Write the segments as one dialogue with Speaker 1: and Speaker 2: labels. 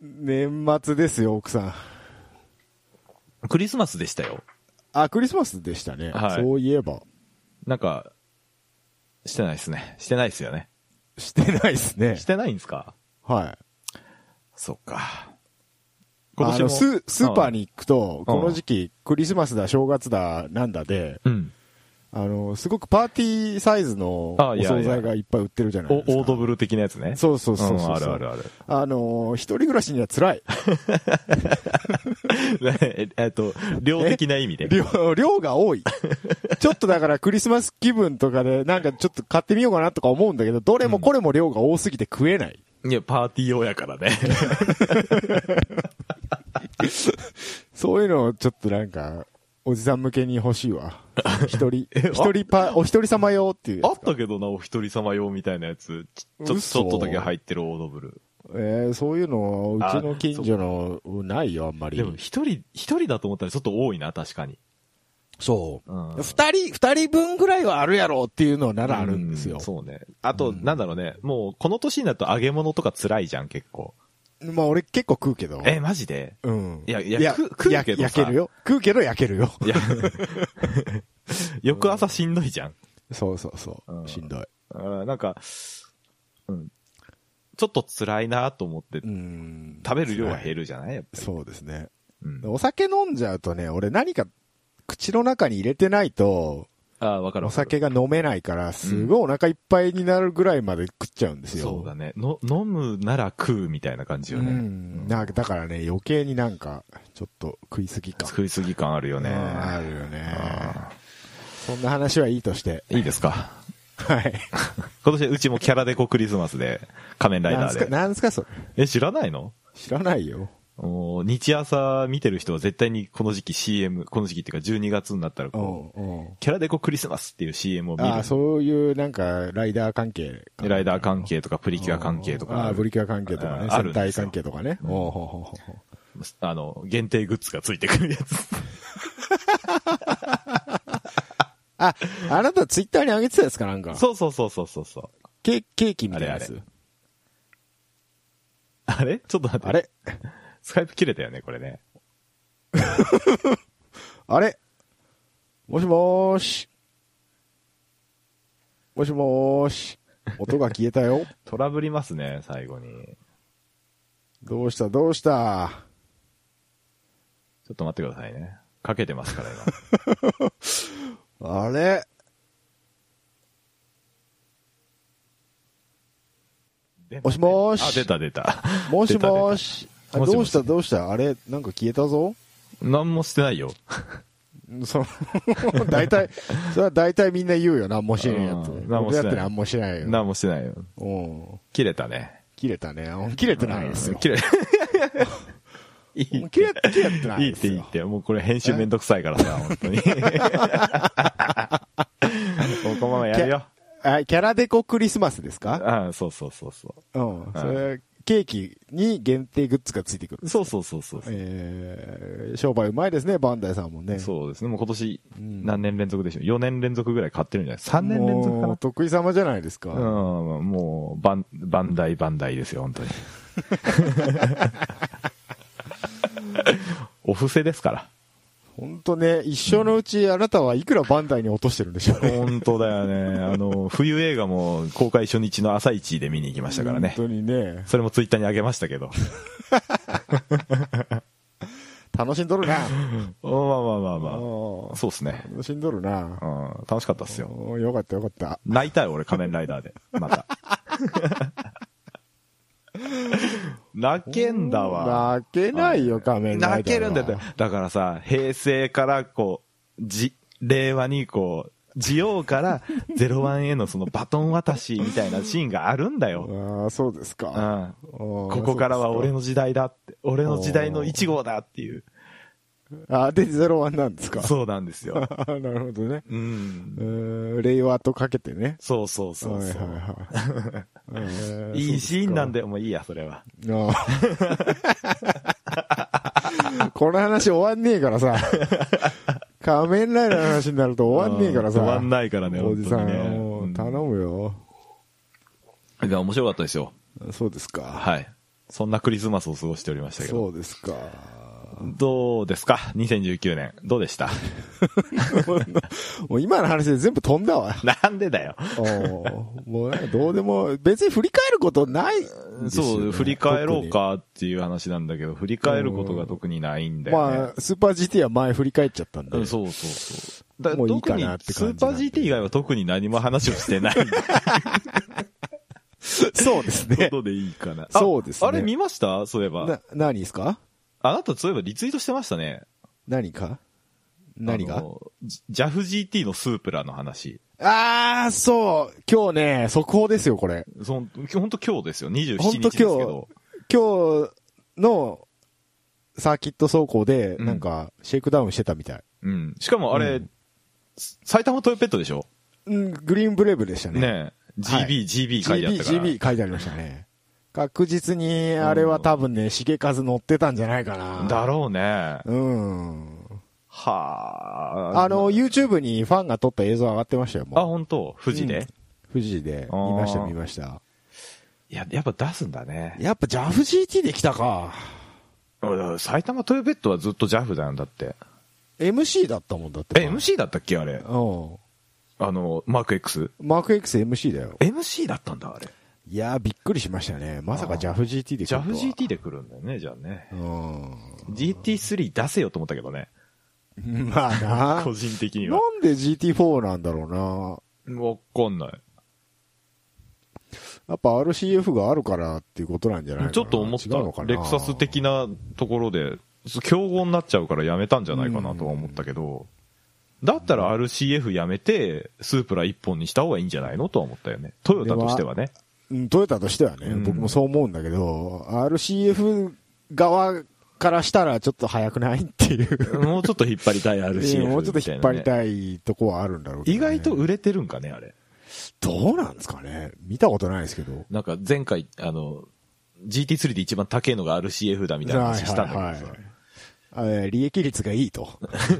Speaker 1: 年末ですよ、奥さん。
Speaker 2: クリスマスでしたよ。
Speaker 1: あ、クリスマスでしたね。
Speaker 2: はい
Speaker 1: そういえば。
Speaker 2: なんか、してないですね。してないですよね。
Speaker 1: してないですね
Speaker 2: し。てないんですか
Speaker 1: はい。
Speaker 2: そっか。
Speaker 1: あの、ススーパー
Speaker 2: に。
Speaker 1: に行くと、この時期、クリスマスだ、正月だ、なんだで、
Speaker 2: うん。
Speaker 1: あの、すごくパーティーサイズのお
Speaker 2: あいやいや
Speaker 1: 惣菜がいっぱい売ってるじゃない
Speaker 2: お
Speaker 1: ですか。
Speaker 2: オードブル的なやつね。
Speaker 1: そうそうそうそう
Speaker 2: う
Speaker 1: そ
Speaker 2: ん
Speaker 1: う
Speaker 2: あるあるある。
Speaker 1: あのー一人暮らしには辛い。
Speaker 2: ええっと、量的な意味で。
Speaker 1: 量、量が 多い。ちょっとだからクリスマス気分とかで、なんかちょっと買ってみようかなとか思うんだけど、どれもこれも量が多すぎて食えない。
Speaker 2: いや、パーティー用やからね。
Speaker 1: そういうのをちょっとなんか、おじさん向けに欲しい わ。一人、
Speaker 2: えあ
Speaker 1: 一人パ、お一人様用っていうやつ
Speaker 2: あっ
Speaker 1: か。
Speaker 2: たけどな、 お一人様用みたいなやつ。ちょちょ
Speaker 1: 嘘
Speaker 2: ちょっとだけ入ってるオードブル。
Speaker 1: えー、そういうのは、うちの近所の、ないよ、あんまり
Speaker 2: で。も、一人、一人だと思ったらちょっと多いな、確かに。
Speaker 1: そう
Speaker 2: うん
Speaker 1: 二人、二人分ぐらいはあるやろうっていうのならあるんです
Speaker 2: う
Speaker 1: よ。
Speaker 2: そうね。あと、なんだろうね。もう、この年になると揚げ物とか辛いじゃん、結構。
Speaker 1: まあ俺結構食うけど。
Speaker 2: え、マジで
Speaker 1: うん。
Speaker 2: いやいや食う食う
Speaker 1: や
Speaker 2: けどさ
Speaker 1: 焼けるよ。食うけど焼けるよ。
Speaker 2: いや、 翌朝しんどいじゃん。
Speaker 1: そうそうそう
Speaker 2: う。ん
Speaker 1: しんどい。
Speaker 2: あーなんか、うん。ちょっと辛いなと思って、
Speaker 1: うん。
Speaker 2: 食べる量は減るじゃないやっぱり。
Speaker 1: そうですね。
Speaker 2: うん
Speaker 1: お酒飲んじゃうとね、俺何か口の中に入れてないと、
Speaker 2: ああ、わかる
Speaker 1: お
Speaker 2: わかる。
Speaker 1: 酒が飲めないから、すごいお腹いっぱいになるぐらいまで食っちゃうんですよ。
Speaker 2: そうだね。の、飲むなら食うみたいな感じよ
Speaker 1: う
Speaker 2: ね。
Speaker 1: ん。なんかだからね、余計になんか、ちょっと食いすぎ感。
Speaker 2: 食いすぎ感あるよね。
Speaker 1: うんあるよね
Speaker 2: あ。
Speaker 1: そんな話はいいとして。
Speaker 2: いいですか
Speaker 1: はい。
Speaker 2: 今年うちもキャラデコクリスマスで、仮面ライ
Speaker 1: なん
Speaker 2: ダ
Speaker 1: すか、
Speaker 2: ーで。
Speaker 1: なんすかそれ。
Speaker 2: え、知らないの
Speaker 1: 知らないよ。
Speaker 2: もう日朝見てる人は絶対にこの時期 CM、この時期っていうか12月になったら
Speaker 1: う
Speaker 2: こ
Speaker 1: ん、うん。
Speaker 2: う、キャラデコクリスマスっていう CM を見る。
Speaker 1: ああ、そういうなんか、ライダー関係か
Speaker 2: ライダー関係とかプリキュア関係とか。
Speaker 1: ああ、ブリキュア関係とかね。
Speaker 2: ああ
Speaker 1: 戦
Speaker 2: るんで
Speaker 1: 隊
Speaker 2: すよ
Speaker 1: 関係とかね。おうほうほうほうほう
Speaker 2: あの、限定グッズがついてくるやつ。
Speaker 1: あ、あなたツイッターに上げてたやつかなんか。
Speaker 2: そうそうそうそうそうそう。
Speaker 1: ケーキ、ケーキみたいなや
Speaker 2: あれ
Speaker 1: つ。
Speaker 2: あれちょっと待って。
Speaker 1: あれ
Speaker 2: スカイプ切れたよね、これね。
Speaker 1: あれもしもーし。もしもーし。音が消えたよ。
Speaker 2: トラブりますね、最後に。
Speaker 1: どうしたどうした
Speaker 2: ちょっと待ってくださいね。かけてますから、 今。
Speaker 1: あれ
Speaker 2: で
Speaker 1: もしもーし
Speaker 2: あ、出た出た。
Speaker 1: もしもーし。あ
Speaker 2: 出た出た
Speaker 1: どうしたどうしたあれなんか消えたぞ
Speaker 2: 何もしてないよ。
Speaker 1: そ の、大体、それは大体みんな言うよ、何もしてないやつ。
Speaker 2: うん何も
Speaker 1: 俺
Speaker 2: してない
Speaker 1: だって何もしてないよ。
Speaker 2: 何もしてないよ。
Speaker 1: うん。
Speaker 2: 切れたね。
Speaker 1: 切れたね。切れてないですよ。
Speaker 2: 切れ、 いい
Speaker 1: 切れ、切れてない
Speaker 2: い
Speaker 1: い
Speaker 2: い
Speaker 1: で
Speaker 2: って
Speaker 1: すよ。
Speaker 2: いいって。もうこれ編集めんどくさいからさ、本 当に。もうこのままやるよ。
Speaker 1: あキャラデコクリスマスですか
Speaker 2: ああそうそうそうそ
Speaker 1: うん。それ、ケーキに限定グッズがついてくる。
Speaker 2: う。そうそうそうそう。
Speaker 1: えー、商売うまいですね、バンダイさんもね。
Speaker 2: そうですね。もう今年、
Speaker 1: ん
Speaker 2: 何年連続でしょう。4年連続ぐらい買ってるんじゃない ?3 年連続か
Speaker 1: も
Speaker 2: な
Speaker 1: う得意様じゃないです
Speaker 2: う
Speaker 1: か。
Speaker 2: ん、もう、バン、バンダイバンダイですよ、本当に。 お布施ですから。
Speaker 1: ほんとね、一生のうちあなたはいくらバンダイに落としてるんでしょうね。
Speaker 2: 本当だよね。あの、冬映画も公開初日の朝一で見に行きましたからね。
Speaker 1: 本当にね、
Speaker 2: それもツイッターにあげましたけど。
Speaker 1: 楽しんどるな。
Speaker 2: まあまあまあ
Speaker 1: う
Speaker 2: ま
Speaker 1: ん
Speaker 2: あ。そうですね。
Speaker 1: 楽しんどるな
Speaker 2: う。ん、楽しかったっすよ。
Speaker 1: うんよかったよかった。
Speaker 2: 泣いたよ、俺、仮面ライダーで。また。泣けんだわ。
Speaker 1: 泣けないよ、仮面ライダーは
Speaker 2: 泣けるんだって。だからさ、平成からこう、じ、令和にこう、ジオウから01へのそのバトン渡しみたいなシーンがあるんだよ。
Speaker 1: ああ、そうです
Speaker 2: う
Speaker 1: か。
Speaker 2: ん。
Speaker 1: こ
Speaker 2: ここからは俺。の時代だって、俺の時代の1号だっていう。
Speaker 1: あ、で、ゼロワンなんですか。
Speaker 2: そうなんですよ。
Speaker 1: あ なるほどね。
Speaker 2: う。
Speaker 1: うんーん、令和とかけてね。
Speaker 2: そうそうそう
Speaker 1: は
Speaker 2: そう。
Speaker 1: いはいはいえー。
Speaker 2: いいシーンなん
Speaker 1: で
Speaker 2: だよ、もういいや、それは。
Speaker 1: すか。ああ この話終わんねえからさ。仮面ライダーの話になると終わんねえからさ。
Speaker 2: うん終わんないからね
Speaker 1: おじさん、
Speaker 2: 本当にね
Speaker 1: もう
Speaker 2: うん
Speaker 1: 頼むよ。
Speaker 2: いや、面白かったですよ。
Speaker 1: そうですか。
Speaker 2: はい。そんなクリスマスを過ごしておりましたけ
Speaker 1: そ
Speaker 2: ど。
Speaker 1: うですか。
Speaker 2: どうですか ?2019 年。どうでした
Speaker 1: もう今の話で全部飛んだ わ。
Speaker 2: なんでだよ。
Speaker 1: おーもうなんかどうでも、別に振り返ることないですよね
Speaker 2: そう、振り返ろう。かっていう話なんだけど、振り返ることが特にないんだ
Speaker 1: 特に
Speaker 2: よね。
Speaker 1: まあ、スーパー GT は前振り返っちゃったんで。
Speaker 2: うんそうそうそう。だ
Speaker 1: もういい
Speaker 2: 特
Speaker 1: か
Speaker 2: に
Speaker 1: なって
Speaker 2: ス
Speaker 1: 感
Speaker 2: ー
Speaker 1: じ
Speaker 2: パ
Speaker 1: なん
Speaker 2: ー
Speaker 1: で
Speaker 2: GT 以外は特に何も話をしてない
Speaker 1: そうです ね。
Speaker 2: ことでいいかな。あ
Speaker 1: そうですね
Speaker 2: あれ見ましたそういえば。
Speaker 1: な、何ですか
Speaker 2: あなた、そういえばリツイートしてましたね。
Speaker 1: 何か何
Speaker 2: あ
Speaker 1: が
Speaker 2: のジ ?JAFGT のスープラの話。
Speaker 1: あー、そう。今日ね、速報ですよ、これ。
Speaker 2: そん本当今日ですよ。27
Speaker 1: 本
Speaker 2: 日
Speaker 1: 当
Speaker 2: ですけど。
Speaker 1: 今日のサーキット走行で、
Speaker 2: うん
Speaker 1: なんか、シェイクダウンしてたみたい。
Speaker 2: うん。しかもあれ、
Speaker 1: うん
Speaker 2: 埼玉トヨペットでしょ
Speaker 1: うん、グリーンブレイブでしたね。
Speaker 2: ねえ。GB、
Speaker 1: はい
Speaker 2: GB 書いてあっ
Speaker 1: GB、
Speaker 2: たから。
Speaker 1: GB 書いてありましたね。確実に、あれは多分ね、重和乗ってたんじゃないかな。
Speaker 2: だろうね。
Speaker 1: うん。
Speaker 2: はあ。
Speaker 1: あの、YouTube にファンが撮った映像上がってましたよ、もう。
Speaker 2: あ、本当富士で、
Speaker 1: うん富士で。
Speaker 2: あー
Speaker 1: 見ました、見ました。
Speaker 2: いや、やっぱ出すんだね。
Speaker 1: やっぱ JAFGT できたか。
Speaker 2: 俺埼玉トヨペットはずっと JAF だよ、だって。
Speaker 1: MC だったもんだって。
Speaker 2: え、MC だったっけあれ。
Speaker 1: うん。
Speaker 2: あの、マーク X。
Speaker 1: マーク XMC だよ。
Speaker 2: MC だったんだ、あれ。
Speaker 1: いやー、びっくりしましたね。まさか
Speaker 2: あー
Speaker 1: JAFGT で来るとは。
Speaker 2: JAFGT で来るんだよね、じゃあね。
Speaker 1: う
Speaker 2: GT3 出せよと思ったけどね。
Speaker 1: ん。 まあな。
Speaker 2: 個人的には。
Speaker 1: なんで GT4 なんだろうな。
Speaker 2: わかんない。
Speaker 1: やっぱ RCF があるからっていうことなんじゃないかな
Speaker 2: ちょっと思っ
Speaker 1: 違うのか
Speaker 2: た。
Speaker 1: な
Speaker 2: レクサス的なところで、競合になっちゃうからやめたんじゃないかなとは思ったけど、だったら RCF やめて、スープラ1本にした方がいいんじゃないのとは思ったよね。トヨタとしてはね。
Speaker 1: うん、トヨタとしてはね、
Speaker 2: うん
Speaker 1: 僕もそう思うんだけど、RCF 側からしたらちょっと早くないっていう。
Speaker 2: もうちょっと引っ張りたい RCF みたいなね。
Speaker 1: もうちょっと引っ張りたいとこはあるんだろうけどね、
Speaker 2: 意外と売れてるんかね、あれ。
Speaker 1: どうなんですかね見たことないですけど。
Speaker 2: なんか前回、あの、GT3 で一番高いのが RCF だみたいな話したんだけどさ、
Speaker 1: はいはいはいあえー利益率がいいと。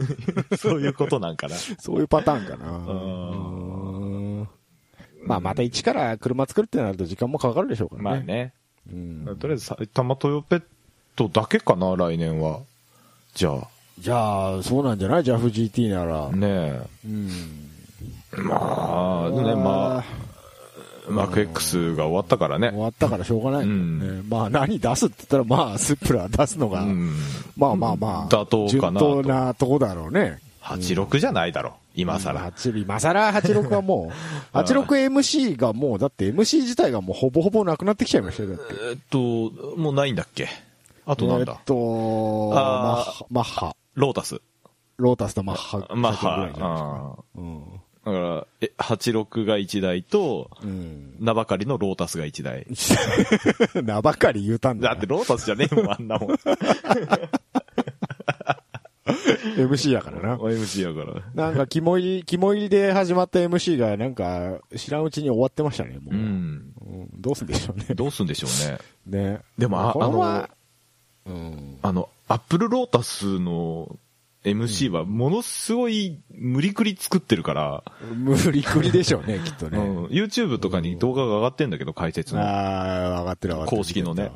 Speaker 2: そういうことなんかな。
Speaker 1: そういうパターンかな。
Speaker 2: ん
Speaker 1: うんまあ、また一から車作るってなると時間もかかるでしょうからね。
Speaker 2: まあね。
Speaker 1: うん
Speaker 2: とりあえず埼玉トヨペットだけかな、来年は。じゃ
Speaker 1: じゃあ、そうなんじゃない ?JAFGT なら
Speaker 2: あ、。ねえ。
Speaker 1: うん。
Speaker 2: まあ、ね、まあ、マーク X が終わったから
Speaker 1: 終
Speaker 2: ね。
Speaker 1: わったからしょうがない、
Speaker 2: うん
Speaker 1: ねまあ何出すって言ったら、まあスプラ出すの
Speaker 2: う
Speaker 1: が、
Speaker 2: ん。
Speaker 1: まあまあまあ、
Speaker 2: 妥当かなと
Speaker 1: 順当なとこだろうね。
Speaker 2: 86じゃないだろ、今
Speaker 1: うん
Speaker 2: 更。
Speaker 1: 八今さら86は もう、86MC がもう、だって MC 自体がもうほぼほぼなくなってきちゃいましたよ。だって
Speaker 2: えっと、もうないんだっけあとなんだ
Speaker 1: えっと、マッ
Speaker 2: あ
Speaker 1: ハ、マッハ、
Speaker 2: ロータス。
Speaker 1: ロータスとマッハ。
Speaker 2: マッ
Speaker 1: ぐらいじゃないですか
Speaker 2: ハ。うん
Speaker 1: うん。
Speaker 2: だから、え、86が1台と、
Speaker 1: うん。
Speaker 2: 名ばかりのロータスが1台。
Speaker 1: 名ばかり言うたん
Speaker 2: だ
Speaker 1: だ
Speaker 2: ってロータスじゃねえもん、あんな もん。
Speaker 1: MC やからな。
Speaker 2: MC やから。
Speaker 1: なんか、肝 入り、肝入りで始まった MC が、なんか、知らんうちに終わってましたね、もう。
Speaker 2: うん。
Speaker 1: うんどうすんでしょうね。
Speaker 2: どうすんでしょうね。
Speaker 1: ね。
Speaker 2: でもあ
Speaker 1: これはうん。
Speaker 2: あの、アップルロータスの MC はものすごい無理くり作ってるから、
Speaker 1: 無理くりでしょうね、きっと
Speaker 2: う
Speaker 1: ね。
Speaker 2: ん、YouTube とかに動画が上がってんだけど、解説の。
Speaker 1: ああ、上がってる上がってる。
Speaker 2: 公式のね。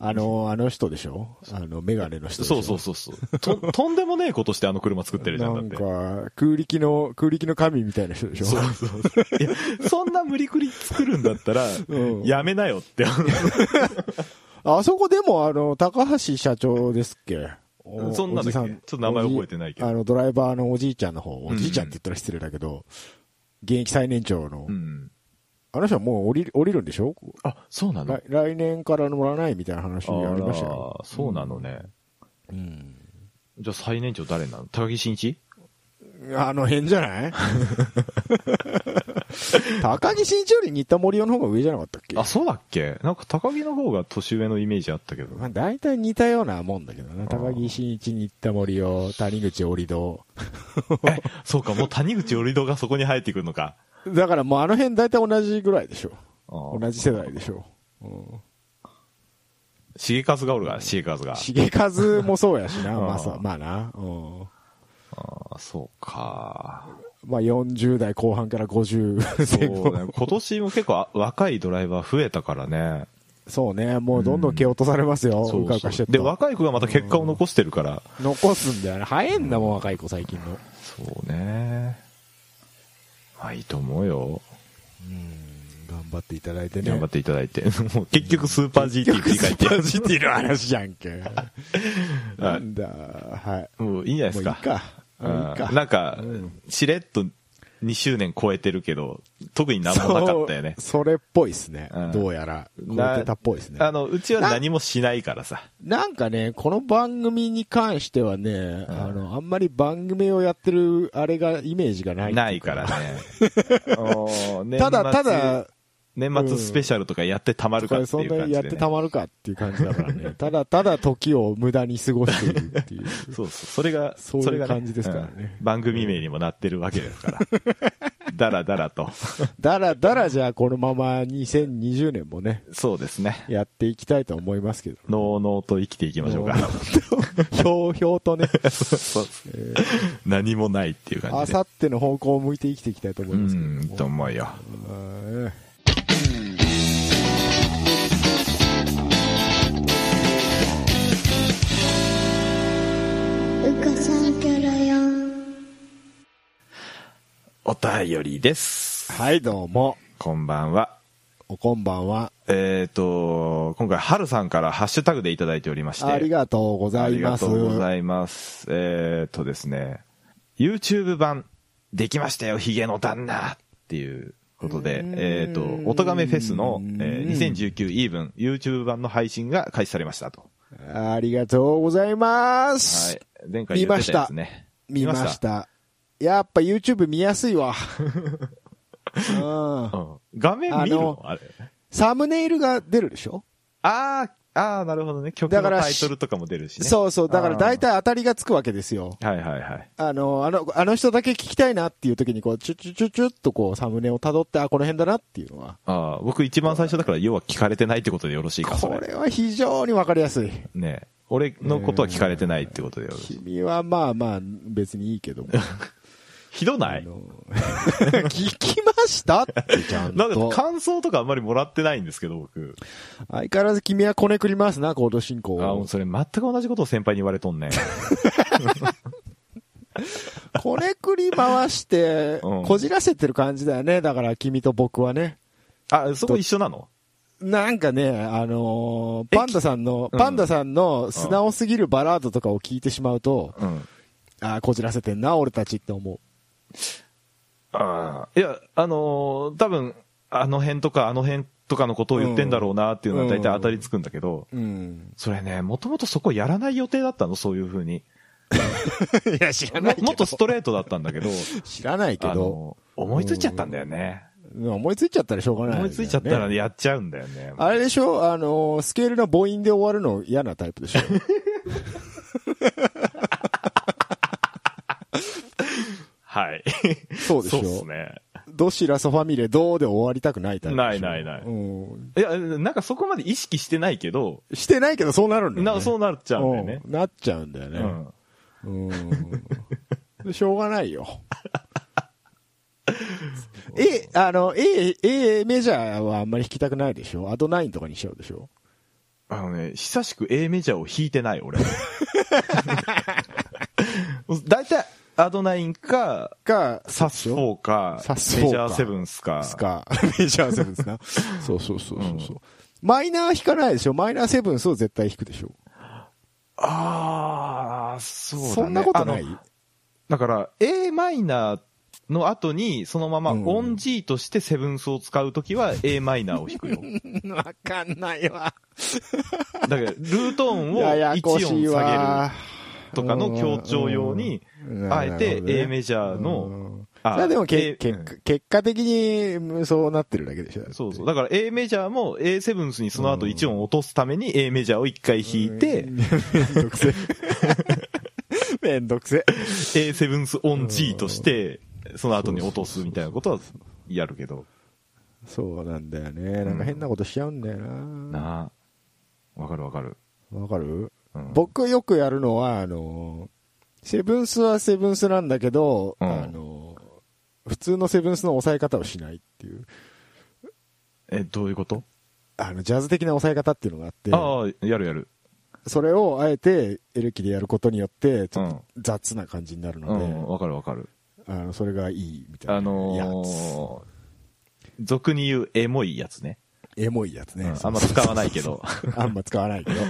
Speaker 1: あの、あの人でしょあの、メガネの人でし
Speaker 2: そ
Speaker 1: ょ
Speaker 2: うそうそうそう。と、 とんでもねえことしてあの車作ってるじゃん、
Speaker 1: な
Speaker 2: だっ
Speaker 1: ん
Speaker 2: て。
Speaker 1: か、空力の、空力の神みたいな人でしょ
Speaker 2: そうそうそう。いや、そんな無理くり作るんだったら、
Speaker 1: うん
Speaker 2: やめなよって。
Speaker 1: あそこでも、あの、高橋社長ですっけお
Speaker 2: そんなだっけ
Speaker 1: おじさ
Speaker 2: ちょっと名前覚えてないけど
Speaker 1: おじあの、ドライバーのおじいちゃんの方、
Speaker 2: んう
Speaker 1: お
Speaker 2: ん
Speaker 1: じいちゃんって言ったら失礼だけど、現役最年長の
Speaker 2: う、ん。
Speaker 1: あの人はもう降りる、降りるんでしょ
Speaker 2: あ、そうなの
Speaker 1: 来来年から乗らないみたいな話ありましたよ。
Speaker 2: あーそうなのね。じゃあ最年長誰なの高木慎一
Speaker 1: あの辺じゃない 高木慎一より新田森生の方が上じゃなかったっけ
Speaker 2: あ、そうだっけなんか高木の方が年上のイメージあったけど。
Speaker 1: まあ、大体似たようなもんだけどな。
Speaker 2: ー
Speaker 1: 高木慎一、新田森生、谷口織戸。
Speaker 2: え、そうか、もう谷口織戸がそこに入ってくるのか。
Speaker 1: だからもうあの辺大体同じぐらいでしょ。
Speaker 2: 同
Speaker 1: 同じ世代でしょ。
Speaker 2: 重和がおるが、重和が。
Speaker 1: 重和もそうやし な、
Speaker 2: あー
Speaker 1: まあさ、まあな。うん
Speaker 2: あーそうか。
Speaker 1: まあ40代後半から50
Speaker 2: そ
Speaker 1: 前
Speaker 2: う
Speaker 1: 後。
Speaker 2: ね。今年も結構あ若いドライバー増えたからね。
Speaker 1: そうね、もうどんどん蹴落とされますよ。うかうかして
Speaker 2: で、若い子がまた結果を残してるから。
Speaker 1: 残すんだよね。早いんだもん、若い子最近の。
Speaker 2: そうね。まあいいと思うよ。
Speaker 1: 頑張っていただいてね。
Speaker 2: 頑張っていただ いて。もう結局スーパー GT 振り返って。
Speaker 1: ジティの話じゃん け。な
Speaker 2: は
Speaker 1: んだ、はい。
Speaker 2: いもういいんじゃないで
Speaker 1: もう
Speaker 2: す
Speaker 1: いい
Speaker 2: か。
Speaker 1: か。もういい
Speaker 2: うん
Speaker 1: か。
Speaker 2: なんか、しれっと2周年超えてるけど、特に何もなかったよね。
Speaker 1: そうそれっぽいですね
Speaker 2: う。ん
Speaker 1: どうやら。こう
Speaker 2: な
Speaker 1: てたっぽいですね。
Speaker 2: あの、うちは何もしないからさ。
Speaker 1: なんかね、この番組に関してはね、あの、あんまり番組をやってる、あれが、イメージがない。
Speaker 2: ないから ね。おー年末
Speaker 1: ただただ、
Speaker 2: 年末スペシャルとかやってたまるかって
Speaker 1: そ
Speaker 2: い
Speaker 1: ん
Speaker 2: う
Speaker 1: な
Speaker 2: 感じ
Speaker 1: や
Speaker 2: で、
Speaker 1: っ
Speaker 2: ね。
Speaker 1: てたまるかっていう感じだからね。 ただただ時を無駄に過ごしているっていう。
Speaker 2: そうそう。それが、
Speaker 1: そういう
Speaker 2: れが
Speaker 1: 感じですからね
Speaker 2: うん番組名にもなってるわけです から。だらだらと。
Speaker 1: だらだらじゃあこのまま2020年もね、
Speaker 2: そうですね。
Speaker 1: やっていきたいと思いますけど。
Speaker 2: のうのうと生きていきましょうか。
Speaker 1: ひょうひょうとね、
Speaker 2: そう何もないっていう
Speaker 1: あ
Speaker 2: 感じで
Speaker 1: さ。っての方向を向いて生きていきたいと思
Speaker 2: う
Speaker 1: いますけども。
Speaker 2: ん、と思うよ。
Speaker 1: はい
Speaker 3: うかさんキョロよん
Speaker 2: お便りです。
Speaker 1: はい、どうも。
Speaker 2: こんばんは。
Speaker 1: おこんばんは。
Speaker 2: えっ、と、今回、はるさんからハッシュタグでいただいておりまして。
Speaker 1: ありがとうござ
Speaker 2: あ
Speaker 1: い
Speaker 2: りが
Speaker 1: ます。
Speaker 2: とうございます。えっ、とですね、YouTube 版、できましたよ、ヒゲの旦那っていうことで、えっ、と、おとがめフェスの、えー2019イーブン YouTube 版の配信が開始されましたと。
Speaker 1: ありがとうございます。
Speaker 2: はい。前回言ってたやつね。
Speaker 1: 見まし。た。やっぱ YouTube 見やすい わ。うん
Speaker 2: うん画面見るのあれ。
Speaker 1: サムネイルが出るでしょ
Speaker 2: あー、あー、なるほどね。曲の
Speaker 1: だから
Speaker 2: タイトルとかも出るしね。
Speaker 1: そうそう。だから大
Speaker 2: 体。
Speaker 1: 体当たりがつくわけですよ。
Speaker 2: はいはいはい。
Speaker 1: あの、あの、あの人だけ聞きたいなっていう時に、こう、チュチュチュチュっとこう、サムネを辿って、あ、この辺だなっていうのは。
Speaker 2: あー僕一番最初だから、要は聞かれてないってことでよろしいか、そ
Speaker 1: こ
Speaker 2: れ。
Speaker 1: れは非常にわかりやすい。
Speaker 2: ね俺のことは聞かれてないってことでよろしい。
Speaker 1: 君はまあまあ、別にいいけ ども。
Speaker 2: ひどな
Speaker 1: あ
Speaker 2: い
Speaker 1: の 聞きましたって、ちゃん
Speaker 2: なん
Speaker 1: と
Speaker 2: か。感想とかあんまりもらってないんですけど、僕。
Speaker 1: 相変わらず君はこねくりますな、コード進行
Speaker 2: あも
Speaker 1: を
Speaker 2: う。 それ全く同じことを先輩に言われとんね。
Speaker 1: こねくり回して、
Speaker 2: うん
Speaker 1: こじらせてる感じだよね。だから君と僕はね。
Speaker 2: あ、そこ一緒なの
Speaker 1: なんかね、あのー
Speaker 2: え
Speaker 1: パンダさんの、
Speaker 2: うん
Speaker 1: パンダさんの素直すぎるバラードとかを聞いてしまうと、
Speaker 2: うん。
Speaker 1: ああ、こじらせてんな、俺たちって思う。
Speaker 2: ああ。いや、あのー多分、あの辺とかあの辺とかのことを言ってんだろうなっていうのは大体当たりつくんだけど、
Speaker 1: うん。
Speaker 2: それね、もともとそこやらない予定だったの、そういう風に。
Speaker 1: いや、知ら
Speaker 2: も
Speaker 1: ないけど。
Speaker 2: もっとストレートだったん だけど、
Speaker 1: 知らないけ
Speaker 2: あ
Speaker 1: ど、
Speaker 2: の思いついちゃったんだよね。
Speaker 1: 思いついちゃったらしょうがない、
Speaker 2: 思いついちゃったら
Speaker 1: ね。
Speaker 2: やっちゃうんだよね。
Speaker 1: あれでしょあのースケールの母音で終わるの嫌なタイプ でしょ
Speaker 2: はい。
Speaker 1: そうでし
Speaker 2: そう
Speaker 1: ょ
Speaker 2: ですね。
Speaker 1: どしらそファミレどうで終わりたくないタイプでしょ
Speaker 2: ないないない
Speaker 1: うん。
Speaker 2: いや、なんかそこまで意識してないけど、
Speaker 1: してないけどそうなるんだよ、ね。
Speaker 2: なそうなっちゃうんだよね。
Speaker 1: うんなっちゃうんだよ
Speaker 2: う
Speaker 1: ね。
Speaker 2: ん。
Speaker 1: うん。でしょうがないよ。 え、あの、A、A メジャーはあんまり弾きたくないでしょアドナインとかにしちゃうでしょ
Speaker 2: あのね、久しく A メジャーを弾いてない、俺。 大体、アドナインか、
Speaker 1: か、
Speaker 2: サス
Speaker 1: でしょ
Speaker 2: 4か、
Speaker 1: サス4か
Speaker 2: メジャーセブンスか。
Speaker 1: スか、メジャーセブンス な。そうそうそうそうそう。マイナー弾かないでしょマイナーセブンスを絶対弾くでしょ
Speaker 2: ああ、そうだね。
Speaker 1: そんなことない
Speaker 2: あのだから、A マイナーの後に、そのまま
Speaker 1: うん
Speaker 2: オン G としてセブンスを使うときは A マイナーを 弾くよ。
Speaker 1: わかんないわ。
Speaker 2: だから、ルート音を
Speaker 1: やや
Speaker 2: 1
Speaker 1: こ
Speaker 2: 音
Speaker 1: しい
Speaker 2: 下げ
Speaker 1: わ
Speaker 2: る。とかの強調用に、
Speaker 1: うん
Speaker 2: あえて A メジャー
Speaker 1: う
Speaker 2: の、
Speaker 1: ん
Speaker 2: あ
Speaker 1: それはでもけ、
Speaker 2: A-
Speaker 1: 結果結果的にうんそうなってるだけでしょ
Speaker 2: そうそう。だから A メジャーも A セブンスにその後1音落とすために A メジャーを1回弾いて、
Speaker 1: めんどくせえ。 めんどくせえ。
Speaker 2: A セブンスオン G として、その後に落とすみたいなことはやるけど。
Speaker 1: そうなんだよね。なんか変なことしちゃうんだよな。
Speaker 2: なあ。わかるわかる。
Speaker 1: わかる
Speaker 2: うん
Speaker 1: 僕よくやるのは、あの、セブンスはセブンスなんだけど、
Speaker 2: うん
Speaker 1: あの、普通のセブンスの抑え方をしないっていう。
Speaker 2: え、どういうこと
Speaker 1: あの、ジャズ的な抑え方っていうのがあって、
Speaker 2: ああ、やるやる。
Speaker 1: それをあえてエレキでやることによって、ちょっ
Speaker 2: うん
Speaker 1: と雑な感じになる
Speaker 2: う
Speaker 1: ので、
Speaker 2: ん、わかるわかる。
Speaker 1: あの、それがいいみたいな。
Speaker 2: あの
Speaker 1: や
Speaker 2: ー、俗に言うエモいやつね。
Speaker 1: つ。エモいやつね
Speaker 2: う。んあんま使わないけど。
Speaker 1: あんま使わないけど。
Speaker 2: うん。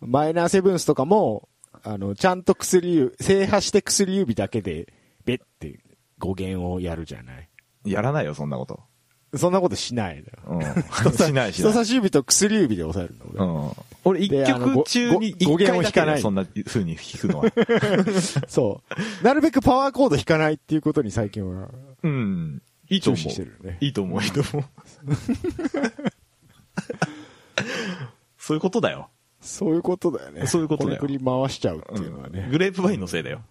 Speaker 1: マイナーセブンスとかも、あの、ちゃんと薬指、制覇して薬指だけで、べって語源をやるじゃない。
Speaker 2: やらないよ、そんなこと。
Speaker 1: そんなことしないのよ。
Speaker 2: うん。しないし
Speaker 1: 人
Speaker 2: な
Speaker 1: 差
Speaker 2: い。
Speaker 1: し指と薬指で押さえるの、
Speaker 2: う
Speaker 1: 俺
Speaker 2: ん。俺一
Speaker 1: であの
Speaker 2: 曲
Speaker 1: ご
Speaker 2: 中に
Speaker 1: ご弦
Speaker 2: 一回
Speaker 1: を
Speaker 2: だ
Speaker 1: 弾
Speaker 2: け
Speaker 1: か
Speaker 2: だ
Speaker 1: ない
Speaker 2: よそんな風に弾くのは。
Speaker 1: そう。なるべくパワーコード弾かないっていうことに最近は
Speaker 2: うん。いいと
Speaker 1: 重視
Speaker 2: 思
Speaker 1: してるよ
Speaker 2: う。
Speaker 1: ね。
Speaker 2: いいと思う、いいと 思う。そういうことだよ。
Speaker 1: そういうことだよね。
Speaker 2: そういうことだよ
Speaker 1: こねくり回しちゃうっていうのはね。
Speaker 2: グレープワインのせいだよ。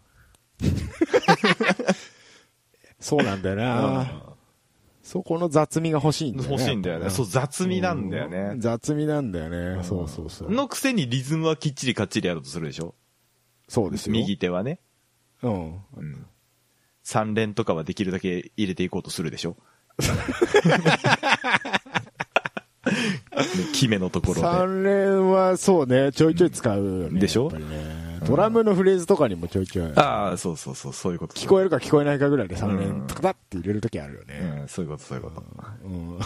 Speaker 1: そうなんだ よな。そこの雑味が欲しいんだよね。
Speaker 2: 欲しいんだよね。そう、雑味なんだよ
Speaker 1: う
Speaker 2: ね
Speaker 1: ん。雑味なんだよね。そうそうそう。
Speaker 2: のくせにリズムはきっちりかっちりやるとするでしょ
Speaker 1: そうですよ。
Speaker 2: 右。手はね。
Speaker 1: うん。
Speaker 2: うん。三連とかはできるだけ入れていこうとするで しょ決めのところで。
Speaker 1: 三連はそうね、ちょいちょい使うよね。
Speaker 2: でし
Speaker 1: や
Speaker 2: ょ
Speaker 1: っぱりねドラムのフレーズとかにもちょいちょい。
Speaker 2: ああ、そうそうそう、そういうこと。
Speaker 1: 聞こえるか聞こえないかぐらいで三
Speaker 2: うん
Speaker 1: 連とかだって入れるときあるよね。
Speaker 2: うん、そういうこと、そういうこと。
Speaker 1: うん。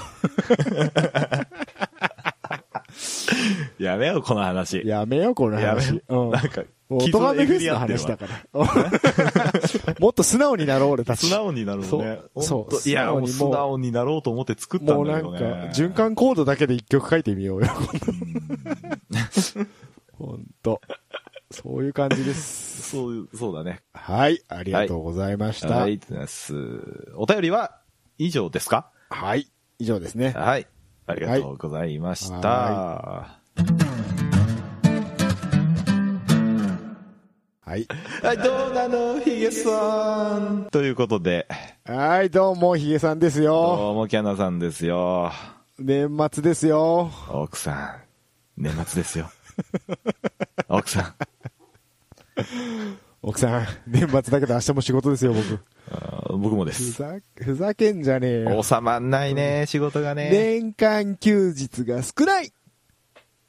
Speaker 2: やめよう、この話。
Speaker 1: やめよう、この
Speaker 2: やめ
Speaker 1: 話
Speaker 2: よ。
Speaker 1: うん。
Speaker 2: なんか、
Speaker 1: もう、
Speaker 2: 傷を
Speaker 1: 音めフ
Speaker 2: えぐ
Speaker 1: ェ
Speaker 2: り
Speaker 1: スの
Speaker 2: 合ってるわ
Speaker 1: 話だから。 もっと素直になろう、俺たち。
Speaker 2: 素直になるのね。
Speaker 1: そう
Speaker 2: ほんと
Speaker 1: そう
Speaker 2: いや、もう素
Speaker 1: 素
Speaker 2: 直
Speaker 1: 直
Speaker 2: になろうと思って作った
Speaker 1: も
Speaker 2: ん
Speaker 1: うな
Speaker 2: だけ
Speaker 1: んか
Speaker 2: どね。、
Speaker 1: 循環コードだけで一曲書いてみようよ。ほんと。そういう感じです。
Speaker 2: そういう、そうだね。
Speaker 1: はい、ありがとうございました。
Speaker 2: は、
Speaker 1: はい
Speaker 2: あり
Speaker 1: い。
Speaker 2: がとうございます。お便りは以上ですか
Speaker 1: 以上ですね。
Speaker 2: はい。ありがとうございました。は
Speaker 1: ははい。
Speaker 2: い、どうなの、ヒゲさん。ということで、
Speaker 1: はい、どうも、ヒゲさんですよ。
Speaker 2: どうもキャナさんですよ。
Speaker 1: 年末ですよ。
Speaker 2: 奥さん、年末です よ。奥さん。
Speaker 1: 奥さん、年末だけど明日も仕事ですよ、僕。
Speaker 2: あー僕もで
Speaker 1: ふ
Speaker 2: す。
Speaker 1: ざ、ふざけんじゃねえよ。
Speaker 2: 収まんないね、仕事がね。
Speaker 1: 年間休日が少ない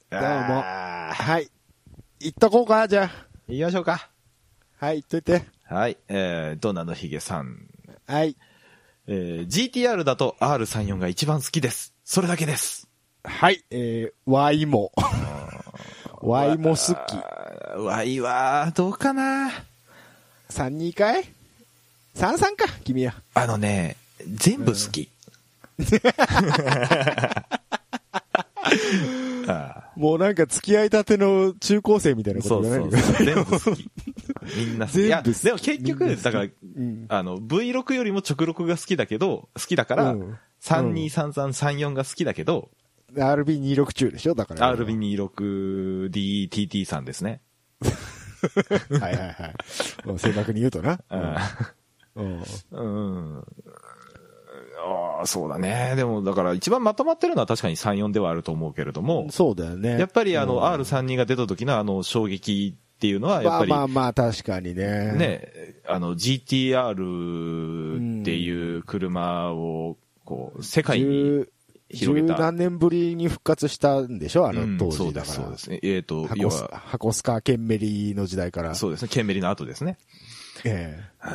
Speaker 2: ど
Speaker 1: うもはい。行っとこうか、じゃ
Speaker 2: 行きましょうか。
Speaker 1: あ。はい、行っといて。
Speaker 2: はい、えー、ドナのヒゲさん。
Speaker 1: はい。
Speaker 2: えー、GTR だと R34 が一番好きです。それだけです。
Speaker 1: はい。えー、ワイ も。ワイも好き。
Speaker 2: あーわいは、どうかな
Speaker 1: 32かい ?33 か、君は。
Speaker 2: あのね、全部好き。あ
Speaker 1: もうなんか付き合いたての中高生みたいな
Speaker 2: ー
Speaker 1: こと
Speaker 2: そう
Speaker 1: じゃ
Speaker 2: そ
Speaker 1: ないの
Speaker 2: うそう。全部好き。みんな好き。い
Speaker 1: 全部
Speaker 2: や、
Speaker 1: 好き
Speaker 2: でも結
Speaker 1: みんな
Speaker 2: 局、
Speaker 1: 好き
Speaker 2: だから、
Speaker 1: ん
Speaker 2: あの、V6 よりも直録が好きだけど、好きだから、
Speaker 1: うん
Speaker 2: 323334が好きだけど、
Speaker 1: RB26 中でしょだから。
Speaker 2: RB26DTT さんですね。
Speaker 1: はいはいはいうん。正確に言うとな。うん
Speaker 2: うん。ああ、そうだね。でも、だから一番まとまってるのは確かに34ではあると思うけれども、
Speaker 1: そうだよね。
Speaker 2: やっぱりあの R32 が出た時のあの衝撃っていうのは、や
Speaker 1: ま
Speaker 2: っぱ
Speaker 1: あ
Speaker 2: り
Speaker 1: まあまあ、確かにね。。
Speaker 2: ね、あの GTR っていう車を、こう、世界に
Speaker 1: 十、
Speaker 2: 広
Speaker 1: 十
Speaker 2: げた。
Speaker 1: 何年ぶりに復活したんでしょあ
Speaker 2: うん
Speaker 1: の当
Speaker 2: そ
Speaker 1: 時
Speaker 2: うで
Speaker 1: だ
Speaker 2: す、
Speaker 1: か
Speaker 2: そ
Speaker 1: ら
Speaker 2: うで。すね。えっ、と、
Speaker 1: 箱
Speaker 2: 要
Speaker 1: ス
Speaker 2: は、
Speaker 1: 箱スカ、ケンメリの時代から。
Speaker 2: そうですね、ケンメリの後ですね。
Speaker 1: ええ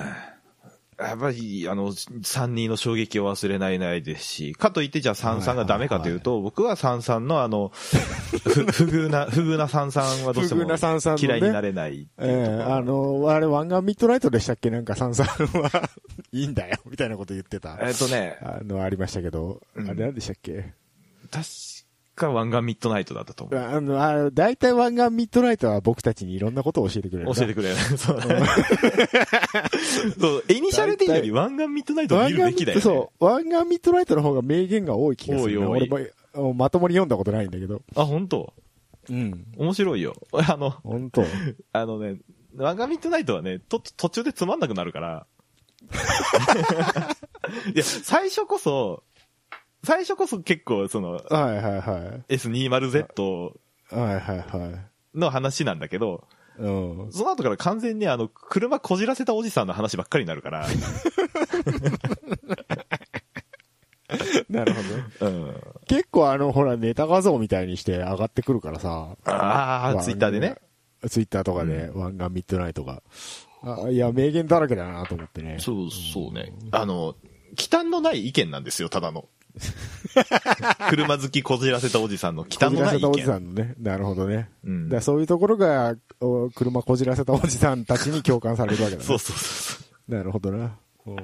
Speaker 2: やっぱり、あの、32の衝撃を忘れないないですし、かといってじゃあ33がダメかというと、僕は33のあの、ふ 不遇な、不遇な33はどうしても
Speaker 1: 不遇な33のね
Speaker 2: 嫌いになれないって
Speaker 1: え
Speaker 2: いうと
Speaker 1: え
Speaker 2: ころ
Speaker 1: あの、あれ、湾岸ミッドナイトでしたっけなんか、サンさんは、 いいんだよ、みたいなこと言ってた。
Speaker 2: えっとね、
Speaker 1: あの、ありましたけど、
Speaker 2: うん
Speaker 1: あれなんでしたっけ
Speaker 2: 確か湾岸ミッドナイトだったと思う。
Speaker 1: あの、あ大体湾岸ミッドナイトは僕たちにいろんなことを教えてくれるな。
Speaker 2: 教えてくれる。そうね。そう、エニシャル D より湾岸ミッドナイトを見るべきだよね。
Speaker 1: そう。湾岸ミッドナイトの方が名言が多い気がするな。
Speaker 2: 多い多い
Speaker 1: 俺もあまともに読んだことないんだけど。
Speaker 2: あ、本当
Speaker 1: うん。
Speaker 2: 面白いよ。 あの、
Speaker 1: 本当。
Speaker 2: あのね、ワンガミッドナイトはね、と、途中でつまんなくなる から。いや、最初こそ、最初こそ結構その
Speaker 1: はいはいはい。
Speaker 2: S20Z
Speaker 1: はいはいはい。
Speaker 2: の話なんだけど、
Speaker 1: うん。
Speaker 2: その後から完全にあの、車こじらせた おじさんの話ばっかりになるから、
Speaker 1: なるほどね。
Speaker 2: うん。
Speaker 1: 結構あの、ほら、ネタ画像みたいにして上がってくるからさ。
Speaker 2: ああ、ツイッターでね。。
Speaker 1: ツイッターとかで、湾岸ミッドナイトが。あいや、名言だらけだなと思ってね。
Speaker 2: そう、そうね。あの、忌憚のない意見なんですよ、ただ の。車好きこじらせたおじさんの忌憚
Speaker 1: こじ
Speaker 2: の
Speaker 1: ら
Speaker 2: な
Speaker 1: せ
Speaker 2: い意
Speaker 1: たおじさ
Speaker 2: 見。
Speaker 1: んのね。なるほどね。
Speaker 2: うん
Speaker 1: だからそういうところが、お車こじらせたおじさんたちに共感されるわけだね。
Speaker 2: そうそうそう。
Speaker 1: なるほどな。うん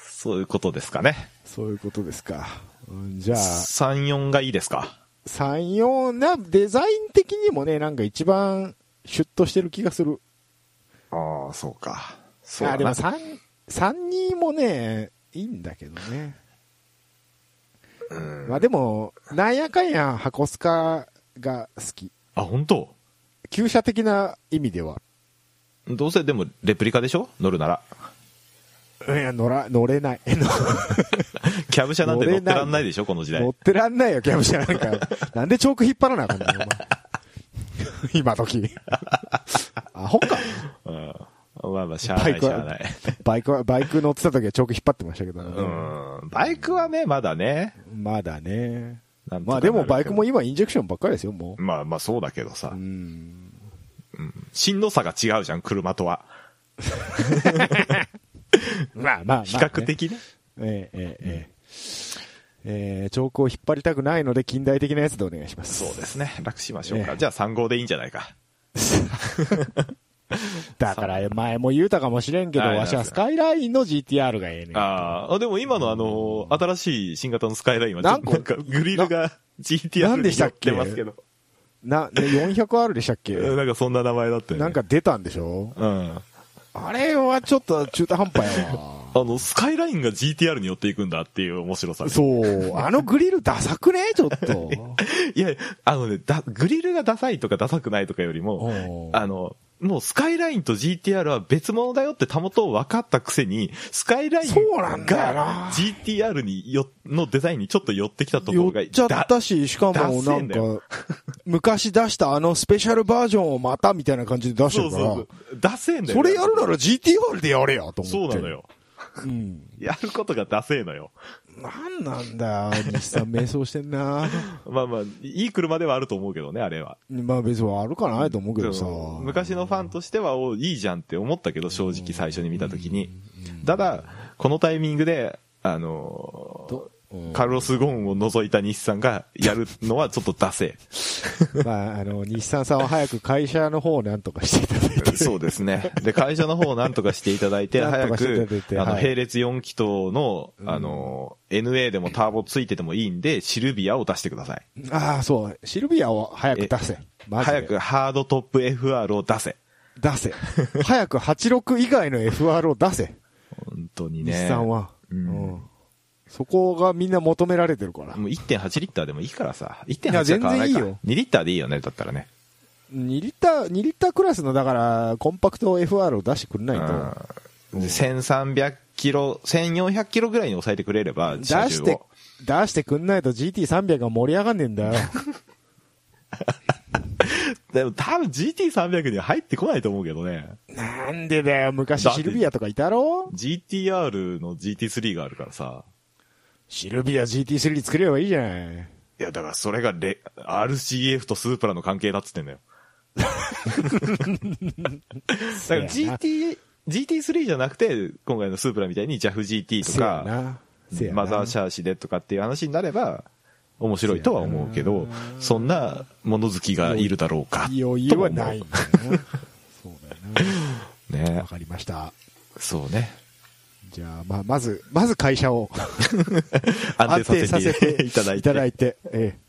Speaker 2: そういうことですかね。
Speaker 1: そういうことですか。うんじゃあ、
Speaker 2: 3、4がいいですか。
Speaker 1: 3、4な、デザイン的にもね、なんか一番、シュッとしてる気がする。
Speaker 2: ああ、そうか。そ
Speaker 1: あ、でも3、三2もね、いいんだけどね。まあでも、なんやかんや箱スカが好き。
Speaker 2: あ、本当
Speaker 1: 旧車的な意味では。
Speaker 2: どうせでもレプリカでしょ乗るなら。
Speaker 1: いや、乗ら、乗れない。
Speaker 2: キャブ車なんて乗ってらんないでしょ、この時代
Speaker 1: 乗っ。てらんないよ、キャブ車なんか。なんでチョーク引っ張らなあかんのお前今時。アホか。
Speaker 2: うん。まあまあ、しゃあ
Speaker 1: バ
Speaker 2: な
Speaker 1: イ
Speaker 2: い、し
Speaker 1: ク
Speaker 2: ゃあ
Speaker 1: は
Speaker 2: ない。、
Speaker 1: バイクは、バイク乗ってた時はチョーク引っ張ってましたけど、
Speaker 2: うん。バイクはね、まだね。
Speaker 1: まだね。
Speaker 2: なんとか
Speaker 1: まあでもバイクも
Speaker 2: なる
Speaker 1: 今インジェクションばっかりですよ、も
Speaker 2: けどまあまあ、そうだけどさ
Speaker 1: う。う。ん。
Speaker 2: しんどさが違うじゃん、車とは。
Speaker 1: まあまあまあ、ね。
Speaker 2: 比較的ね。
Speaker 1: えええええええーチョークを引っ張りたくないので近代的なやつでお願いします。
Speaker 2: そうですね。楽しましょう
Speaker 1: え
Speaker 2: か。
Speaker 1: え
Speaker 2: じゃあ3号でいいんじゃないか。
Speaker 1: だから前も言うたかもしれんけど、
Speaker 2: はい
Speaker 1: わしはスカイラインの GTR がええねん。
Speaker 2: あーあ、でも今のあの、新しい新型のスカイラインは、
Speaker 1: 何個
Speaker 2: なんかグリルが GTR
Speaker 1: 何で
Speaker 2: に
Speaker 1: した
Speaker 2: 寄
Speaker 1: っ
Speaker 2: っ
Speaker 1: け
Speaker 2: てますけど。
Speaker 1: な、ね、400R でした っけ
Speaker 2: うんなんかそんな名前だったよね。
Speaker 1: なん、か出たんでしょ
Speaker 2: うん。
Speaker 1: あれはちょっと中途半端やわ。
Speaker 2: あの、スカイラインが GTR に寄っていくんだっていう面白さね。
Speaker 1: そう。あのグリルダサくねちょっ と。
Speaker 2: いや、あのね、だ、グリルがダサいとかダサくないとかより
Speaker 1: お
Speaker 2: も
Speaker 1: う、
Speaker 2: あの、もうスカイラインと GTR は別物だよってたもとを分かったくせに、スカイライン
Speaker 1: そうなんだよな
Speaker 2: が GTR によ、のデザインにちょっと寄ってきたとこ
Speaker 1: 寄
Speaker 2: ろが、
Speaker 1: っちゃっ
Speaker 2: だ
Speaker 1: たし、しかも
Speaker 2: ダ
Speaker 1: な
Speaker 2: セえ
Speaker 1: ん
Speaker 2: ん
Speaker 1: か
Speaker 2: だよ、
Speaker 1: 昔出したあのスペシャルバージョンをまたみたいな感じで出して
Speaker 2: そ
Speaker 1: る
Speaker 2: う
Speaker 1: か
Speaker 2: そ
Speaker 1: ら、
Speaker 2: うそう。ダセえんだよ。
Speaker 1: それやるなら GTR でやれやと思って。
Speaker 2: そうなの。よ。
Speaker 1: うん。
Speaker 2: やることがダセえのよ。
Speaker 1: なんなんだよ、西さん迷走してんな。
Speaker 2: まあまあ、いい車ではあると思うけどね、あれは。
Speaker 1: まあ別に悪かないと思うけどさ
Speaker 2: で。も昔のファンとしては、おいいじゃんって思ったけど、正直最初に見たときに。ただ、このタイミングで、あのー
Speaker 1: とうん
Speaker 2: カルロス・ゴーンを除いた日産がやるのはちょっと ダセ
Speaker 1: まあ、あの、西さんさんは早く会社の方をなんとかしていただいて。
Speaker 2: え。そうですね。で、会社の方をなんとかしていただい て、
Speaker 1: なんと
Speaker 2: 早
Speaker 1: かしていただい
Speaker 2: く
Speaker 1: て、
Speaker 2: あの、
Speaker 1: はい
Speaker 2: 並列4気筒の、あのー NA でもターボついててもいいんで、シルビアを出してください。
Speaker 1: ああ、そう。シルビアを早く出せ。マジで
Speaker 2: 早く。ハードトップ FR を出せ。
Speaker 1: 出せ。早く86以外の FR を出せ。
Speaker 2: 本当にね。
Speaker 1: 日産は。
Speaker 2: う
Speaker 1: うんんそこがみんな求められてるから。
Speaker 2: もう1.8リッターでもいいからさ。1.8
Speaker 1: いや
Speaker 2: は買わな
Speaker 1: 全然
Speaker 2: いか
Speaker 1: いいよ
Speaker 2: 2リッターでいいよね、だったらね。
Speaker 1: 2リッター、2リッタークラスの、だから、コンパクト FR を出してくんないと。
Speaker 2: うん。1300キロ、1400キロぐらいに抑えてくれれば、
Speaker 1: 出
Speaker 2: 車重
Speaker 1: して
Speaker 2: を。、
Speaker 1: 出してくんないと GT300 が盛り上がんねえんだ よ。
Speaker 2: でも多分 GT300 には入ってこないと思うけどね。
Speaker 1: なんでだよ、昔
Speaker 2: だっ
Speaker 1: シ
Speaker 2: て
Speaker 1: ルビアとかいたろ
Speaker 2: GTR の GT3 があるからさ。
Speaker 1: シルビア GT3 作ればいいじゃない。
Speaker 2: いや、だからそれがレ、RCF とスープラの関係だっつってんだよ。だから
Speaker 1: せやな
Speaker 2: GT、GT3 じゃなくて、今回のスープラみたいに JAFGT とか、
Speaker 1: せやな。
Speaker 2: マザーシャーシでとかっていう話になれば、面白いとは思うけど、そんな物好きがいるだろうか。
Speaker 1: 余裕はないんだよな。そうだよ
Speaker 2: とも思う。
Speaker 1: な。
Speaker 2: ね
Speaker 1: わ。かりました。
Speaker 2: そうね。
Speaker 1: じゃあ、まあ、まず、まず会社を
Speaker 2: 安定させていただい
Speaker 1: い
Speaker 2: て。
Speaker 1: ただいて、ええ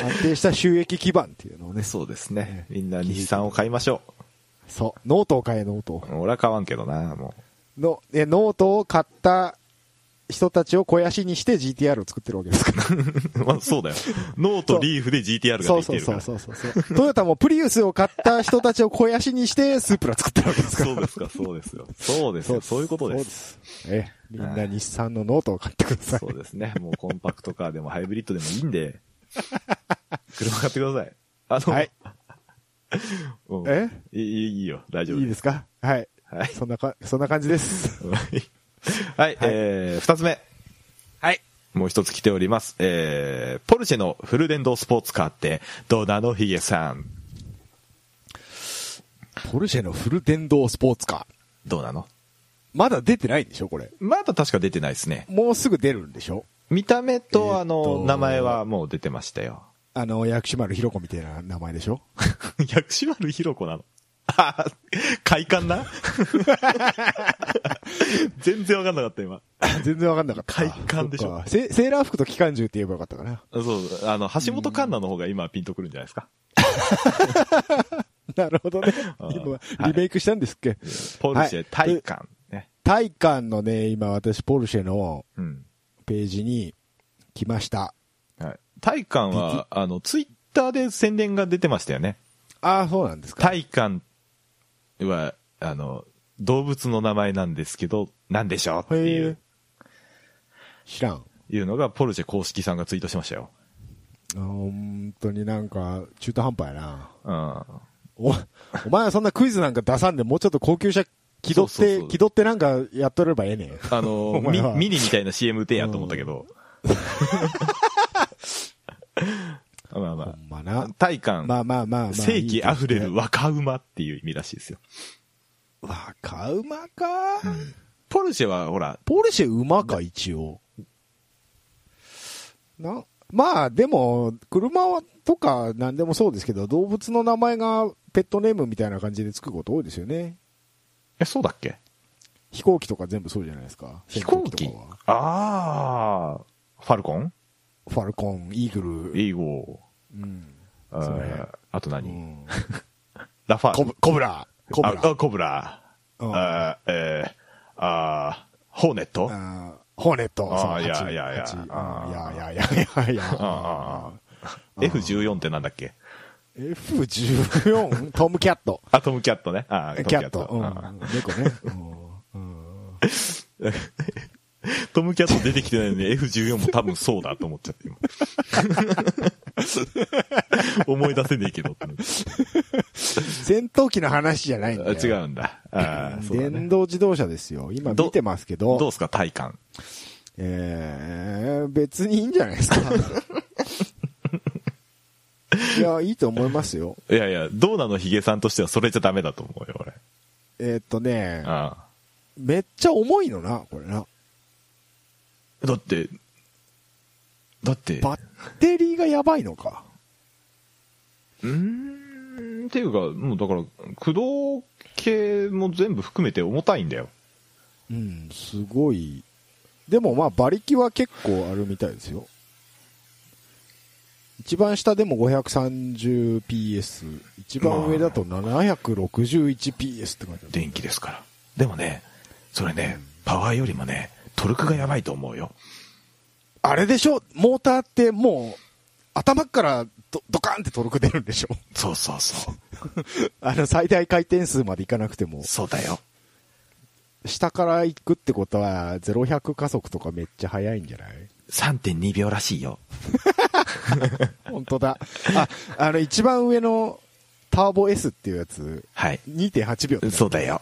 Speaker 1: 安定した収益基盤っていうのをね。
Speaker 2: そうですね。みんな日産を買いましょ
Speaker 1: そう。ノートを買え、ノートを
Speaker 2: う。俺は買わんけどな、も
Speaker 1: の、え、ノートを買った人たちを肥やしにして GTR を作ってるわけですから。
Speaker 2: う。まあそうだよ。ノーとリーフで GTR が
Speaker 1: そ
Speaker 2: で
Speaker 1: う
Speaker 2: きて
Speaker 1: そう
Speaker 2: るか
Speaker 1: そ
Speaker 2: ら。
Speaker 1: うそ
Speaker 2: そ
Speaker 1: うそうそう。トヨタもプリウスを買った人たちを肥やしにしてスープラ作ってるわけですから。
Speaker 2: うですか、そうですよ。そうですよ。そういうことです。
Speaker 1: そうです。ええ、みんな日産のノートを買ってください
Speaker 2: そ。うですね。もうコンパクトカーでもハイブリッドでもいいんで、 車買ってください。あの、
Speaker 1: はい。
Speaker 2: うん
Speaker 1: え
Speaker 2: いいいいよ、大丈夫
Speaker 1: いいですかはい。
Speaker 2: はい
Speaker 1: そんなか、そんな感じです。
Speaker 2: はい。はい、えー、二つ目。もう一つ来ております。えー、ポルシェのフル電動スポーツカーって、どうなのヒゲさん。
Speaker 1: ポルシェのフル電動スポーツカー。
Speaker 2: どうなの
Speaker 1: まだ出てないんでしょこれ。
Speaker 2: まだ確か出てないですね。
Speaker 1: もうすぐ出るんでしょ
Speaker 2: 見た目
Speaker 1: えー
Speaker 2: と、
Speaker 1: と
Speaker 2: あの、名前はもう出てましたよ。
Speaker 1: あの、薬師丸ひろ子みたいな名前でし ょ
Speaker 2: 薬師丸ひろ子なの。あー快感な 全然わかんなかった、今。
Speaker 1: 全然わかんなかった。
Speaker 2: 快感でしょ
Speaker 1: そっかセセーラー服と機関銃って言えばよかったかな。
Speaker 2: そう、あの、橋本環奈の方が今ピンとくるんじゃないですか。
Speaker 1: なるほどね。
Speaker 2: あー
Speaker 1: 今、リメイクしたんですっけ、
Speaker 2: ポルシェ、
Speaker 1: はい
Speaker 2: 体感。ね。
Speaker 1: 体感のね、今私、ポルシェの
Speaker 2: うん。
Speaker 1: ページに来ました。
Speaker 2: はい。体感は、あの、ツイッターで宣伝が出てましたよね。
Speaker 1: ああ、そうなんですか。
Speaker 2: 体感は、あの、動物の名前なんですけど、なんでしょうってい
Speaker 1: へ
Speaker 2: う、
Speaker 1: 知らん。
Speaker 2: いうのが、ポルシェ公式さんがツイートしましたよ。
Speaker 1: あー本当になんか、中途半端やな。
Speaker 2: うん。
Speaker 1: お、お前はそんなクイズなんか出さんで、もうちょっと高級車気取っ
Speaker 2: そうそう
Speaker 1: て
Speaker 2: そう、
Speaker 1: 気取ってなんかやっとればええねん。
Speaker 2: あの
Speaker 1: お、前は
Speaker 2: ミミニみたいな CM 店やと思ったけど。 まあ
Speaker 1: ほ
Speaker 2: ま
Speaker 1: んま
Speaker 2: あ
Speaker 1: な。。
Speaker 2: 体感、
Speaker 1: まあまあまあま あ。い
Speaker 2: 正
Speaker 1: い
Speaker 2: 規
Speaker 1: と
Speaker 2: あ
Speaker 1: して
Speaker 2: ふれる。若馬っていう意味らしいですよ。
Speaker 1: 若馬か。
Speaker 2: ポルシェは、ほら、
Speaker 1: ポルシェ馬か、一応。な、まあでも、車とか何でもそうですけど、動物の名前がペットネームみたいな感じでつくこと多いですよね。
Speaker 2: え、そうだっけ
Speaker 1: 飛行機とか全部そうじゃないですか。
Speaker 2: 飛行機
Speaker 1: 戦闘とかは
Speaker 2: ああ、ファルコン
Speaker 1: ファルコン、イーグル。
Speaker 2: イーゴ
Speaker 1: うん。
Speaker 2: ーあ
Speaker 1: その
Speaker 2: ー
Speaker 1: 辺
Speaker 2: あと
Speaker 1: う
Speaker 2: 何、
Speaker 1: ん
Speaker 2: ラファー
Speaker 1: コ
Speaker 2: ル
Speaker 1: ブコブラ。コブラ。
Speaker 2: ああコブラ。
Speaker 1: うん
Speaker 2: あーえー、あーホーネットあ
Speaker 1: あーホーネット。
Speaker 2: あー
Speaker 1: その
Speaker 2: いや
Speaker 1: 蜂
Speaker 2: いやいや
Speaker 1: 蜂
Speaker 2: あー
Speaker 1: いやいやいやいやいや。
Speaker 2: あー F14 ってなんだっけ
Speaker 1: F14? トムキャット。
Speaker 2: アトムキャットね。あー
Speaker 1: キャット。うん
Speaker 2: あ
Speaker 1: 猫ね。うんうん
Speaker 2: ートムキャット出てきてないのに F14 も多分そうだと思っちゃって今。 思い出せねえけどって思って
Speaker 1: 戦闘機の話じゃないんだ
Speaker 2: あ
Speaker 1: よ。
Speaker 2: 違うんだ。あーそうだね
Speaker 1: 電動自動車ですよ。今見てますけど。
Speaker 2: どうすか体感。
Speaker 1: えー、別にいいんじゃないですか。いや、いいと思いますよ。
Speaker 2: いやいや、どうなのヒゲさんとしてはそれじゃダメだと思うよ、俺。
Speaker 1: えーっとね、
Speaker 2: あ
Speaker 1: めっちゃ重いのな、これな。
Speaker 2: あだって、だって、
Speaker 1: バッテリーがやばいのか。
Speaker 2: うーん、っていうか、もうだから、駆動系も全部含めて重たいんだよ。
Speaker 1: うん、すごい。でもまあ馬力は結構あるみたいですよ。一番下でも 530PS、一番上だと 761PS って書いてある。
Speaker 2: 電気ですから。でもね、それね、パワーよりもね、トルクがやばいと思うよ。
Speaker 1: あれでしょモーターってもう、頭からドドカンってトルク出るんでしょ
Speaker 2: そうそうそう。
Speaker 1: あの最大回転数までいかなくても。
Speaker 2: そうだよ。
Speaker 1: 下から行くってことは、0、100加速とかめっちゃ速いんじゃない
Speaker 2: 3.2秒らしいよ。
Speaker 1: 本当だ。あ、あの一番上のターボ S っていうやつ、
Speaker 2: はい。
Speaker 1: 2.8秒ってなる
Speaker 2: そうだよ。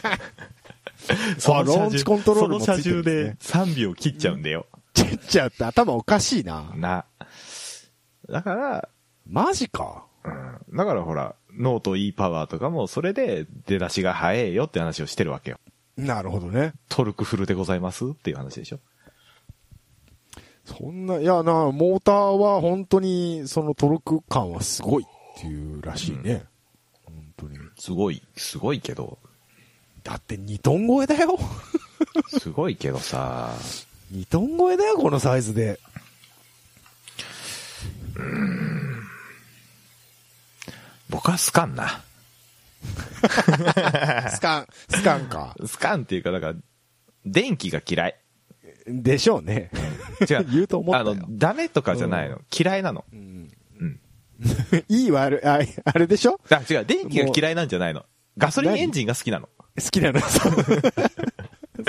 Speaker 2: そ
Speaker 1: あ
Speaker 2: の
Speaker 1: ローン
Speaker 2: 車
Speaker 1: チ
Speaker 2: 重
Speaker 1: コントロールもつい
Speaker 2: その
Speaker 1: て
Speaker 2: 車
Speaker 1: るん
Speaker 2: 重
Speaker 1: ですね
Speaker 2: で3秒切っちゃうんだよ。
Speaker 1: ちっちゃって頭おかしいな。
Speaker 2: な。だから、
Speaker 1: マジか。
Speaker 2: うんだからほら、ノート E パワーとかも、それで出だしが早いよって話をしてるわけよ。
Speaker 1: なるほどね。
Speaker 2: トルクフルでございますっていう話でしょ。
Speaker 1: そんな、いやな、モーターは本当にそのトルク感はすごいっていうらしいね。本当に。
Speaker 2: すごい、すごいけど、
Speaker 1: だって2トン超えだよ。
Speaker 2: すごいけどさ、
Speaker 1: 2トン超えだよ、このサイズで。
Speaker 2: 僕はスカンな。
Speaker 1: スカン、スカンか。
Speaker 2: スカンっていうか、だから、電気が嫌い。
Speaker 1: でしょうね。。
Speaker 2: 違う
Speaker 1: 言うと思ったよ
Speaker 2: あの、ダメとかじゃないの。嫌いなの。うん。
Speaker 1: いい悪い、ああれでしょ
Speaker 2: あ、違う。電気が嫌いなんじゃないの。ガソリンエンジンが好きなの。
Speaker 1: 好きなの。 そう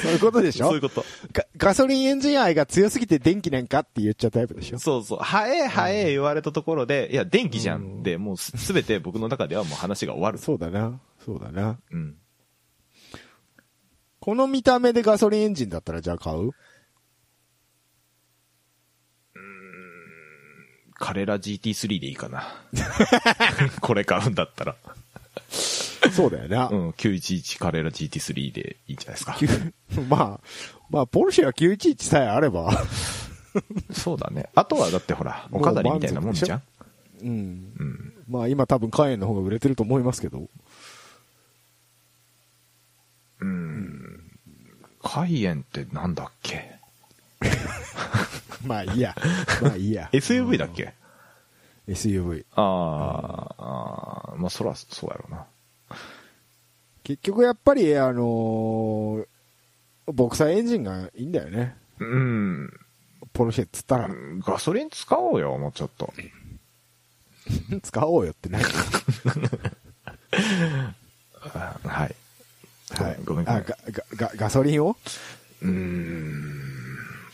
Speaker 1: そういうことでしょ
Speaker 2: そういうこと。
Speaker 1: ガガソリンエンジン愛が強すぎて電気なんかって言っちゃうタイプでしょ
Speaker 2: そうそう。早え早え言われたところで、いや、電気じゃん。で、もうすすべて僕の中ではもう話が終わる。
Speaker 1: そうだな。そうだな。
Speaker 2: うん。
Speaker 1: この見た目でガソリンエンジンだったらじゃあ買う
Speaker 2: カレラ GT3 でいいかな。 これ買うんだったら。
Speaker 1: そうだよな
Speaker 2: う。ん、911カレラ GT3 でいいんじゃないですか。
Speaker 1: まあ、まあ、ポルシェは911さえあれば、
Speaker 2: そうだね。あとはだってほら、お飾りみたいなもんじゃん。
Speaker 1: うん。
Speaker 2: うん。
Speaker 1: まあ今多分カーエンの方が売れてると思いますけど。
Speaker 2: カイエンってなんだっけ
Speaker 1: まあいいや。まあいい や。
Speaker 2: ?SUV だっけ、
Speaker 1: SUV。
Speaker 2: あーあー、まあそらそうやろうな。
Speaker 1: 結局やっぱり、あのー、ボクサーエンジンがいいんだよね。
Speaker 2: うん。
Speaker 1: ポルシェっつったら、
Speaker 2: ガソリン使おうよ、もうちょっと。
Speaker 1: 使おうよってね。
Speaker 2: あはい。
Speaker 1: はい。
Speaker 2: ごめんごめ
Speaker 1: あ、
Speaker 2: ん
Speaker 1: ガ、ガ、ガガソリンを
Speaker 2: うーん。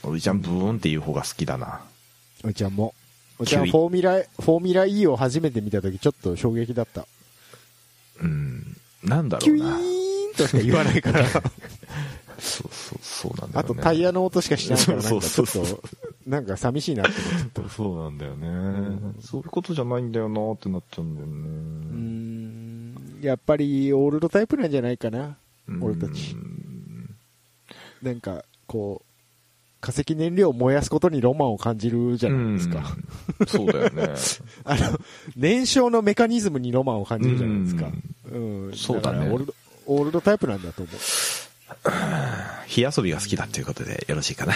Speaker 2: おじちゃんブーンっていう方が好きだな。
Speaker 1: おちゃんも。おちゃん
Speaker 2: キウイ
Speaker 1: フォーミュラ、フォーミュラ E を初めて見たときちょっと衝撃だった。
Speaker 2: うん。なんだ
Speaker 1: キ
Speaker 2: ろ
Speaker 1: ュ
Speaker 2: う
Speaker 1: イ
Speaker 2: な。
Speaker 1: ーンとしか言わない から。
Speaker 2: そうそう、そうなんだよ
Speaker 1: あと
Speaker 2: ね。
Speaker 1: タイヤの音しかしないから、なん
Speaker 2: そう
Speaker 1: かち
Speaker 2: そ
Speaker 1: ょ
Speaker 2: う
Speaker 1: っ
Speaker 2: そう
Speaker 1: と、なんか寂しいなって思っちゃった。
Speaker 2: そうなんだよね、そういうことじゃないんだよなってなっちゃうんだよ
Speaker 1: うーん
Speaker 2: ね。
Speaker 1: やっぱりオールドタイプなんじゃないかな、俺たち
Speaker 2: う。ん
Speaker 1: なんか、こう、化石燃料を燃やすことにロマンを感じるじゃないですか。
Speaker 2: うんそうだよね。
Speaker 1: あの、燃焼のメカニズムにロマンを感じるじゃないですか。うん。
Speaker 2: そうだね
Speaker 1: からオールドオールドタイプなんだと思う。
Speaker 2: 火遊びが好きだっていうことでよろしいかな。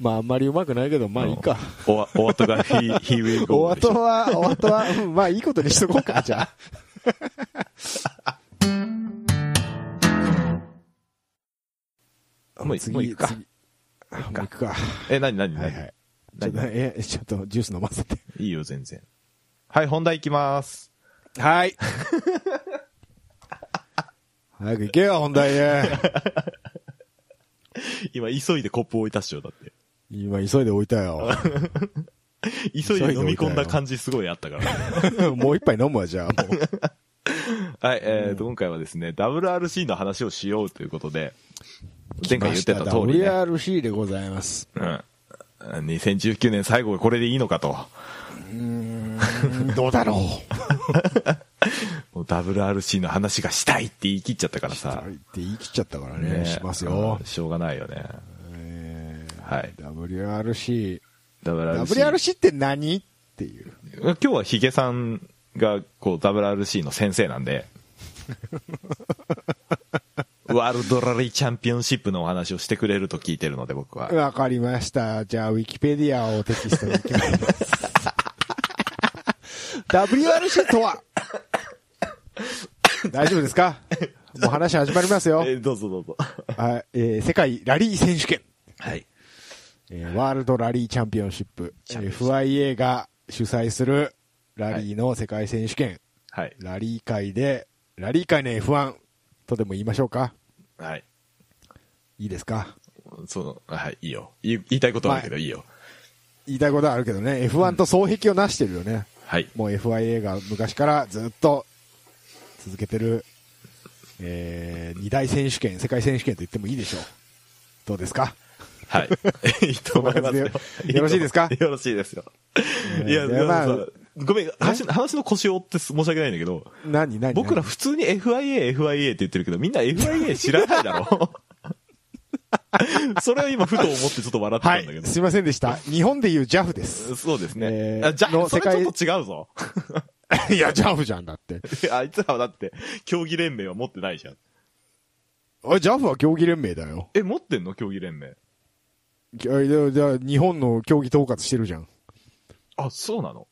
Speaker 1: まあ、あんまりうまくないけど、まあいいか。
Speaker 2: おわ。お後が火、火ウェ
Speaker 1: お後は、お後は、うんまあいいことにしとこう か、じゃあ。
Speaker 2: もう
Speaker 1: 次
Speaker 2: もう行くか
Speaker 1: 次もう行くか。は
Speaker 2: え、なになに
Speaker 1: い
Speaker 2: な
Speaker 1: は
Speaker 2: に
Speaker 1: い。ちょっと、え、ちょっとジュース飲ませて。
Speaker 2: いいよ、全然。はい、本題行きます。
Speaker 1: はい。 早く行けよ、本題へ。
Speaker 2: 今、急いでコップを置いたっしょ、だって。
Speaker 1: 今、急いで置いたよ。
Speaker 2: 急いで飲み込んだ感じすごいあったから。
Speaker 1: もう一杯飲むわ、じゃあ、もう。
Speaker 2: はい、えーと、今回はですね、WRC の話をしようということで、前回言ってた通りね。
Speaker 1: WRC でござい ます。
Speaker 2: うん。2019年最後がこれでいいのかと。
Speaker 1: どうだろ
Speaker 2: もう WRC の話がしたいって言い切っちゃったから
Speaker 1: う。
Speaker 2: さ
Speaker 1: って。言い切っちゃったからね、しますよ
Speaker 2: うん。しょうがないよね。
Speaker 1: えー
Speaker 2: はい
Speaker 1: WRC。
Speaker 2: WRC。
Speaker 1: WRC って何っていう。
Speaker 2: 今日はヒゲさんが、こう、WRC の先生な んで、ワールドラリーチャンピオンシップのお話をしてくれると聞いてるので、僕は。
Speaker 1: わかりました。じゃあ、ウィキペディアをテキストに行きます。WRC と は大丈夫ですかもう話始まりますよ
Speaker 2: え。ーどうぞどうぞ。
Speaker 1: はいえー世界ラリー選手権、
Speaker 2: はい。
Speaker 1: えーワールドラリーチャンピオンシップ、え
Speaker 2: チャンピ
Speaker 1: ー
Speaker 2: オンシップ
Speaker 1: FIA が主催するラリーの世界選手権、
Speaker 2: はい。
Speaker 1: ラリー界で、ラリー界の F1 とでも言いましょうか
Speaker 2: はい。
Speaker 1: いいですか
Speaker 2: その、はい、いいよ。言い言いたいことはあるけど、いいよ。
Speaker 1: 言いたいことはあるけどね、F1 と双璧をなしてるよね。
Speaker 2: はい。
Speaker 1: もう FIA が昔からずっと続けてる、えー、二大選手権、世界選手権と言ってもいいでしょう。どうですか
Speaker 2: はい。いいと思いますよ。
Speaker 1: よろしいですか
Speaker 2: よろしいですよ。
Speaker 1: えー
Speaker 2: いや、
Speaker 1: でまあ
Speaker 2: あのさごめん、話の話の腰を折って申し訳ないんだけど、
Speaker 1: 何何
Speaker 2: 僕ら普通に FIA、FIA って言ってるけど、みんな FIA 知らないだろ それを今ふと思ってちょっと笑って
Speaker 1: は
Speaker 2: たんだけ
Speaker 1: い。
Speaker 2: ど。
Speaker 1: すいませんでした。日本で言う JAF です。
Speaker 2: そうですね。
Speaker 1: えー
Speaker 2: あじゃ
Speaker 1: の
Speaker 2: あ、それ
Speaker 1: 世
Speaker 2: は
Speaker 1: 界
Speaker 2: ちょっと違うぞ。
Speaker 1: いや、JAF じゃんだって。
Speaker 2: あいつらはだって、競技連盟は持ってないじゃん。
Speaker 1: あれ、JAF は競技連盟だよ。
Speaker 2: え、持ってんの競技連盟。
Speaker 1: じゃあ、じゃあ日本の競技統括してるじゃん。
Speaker 2: あ、そうなの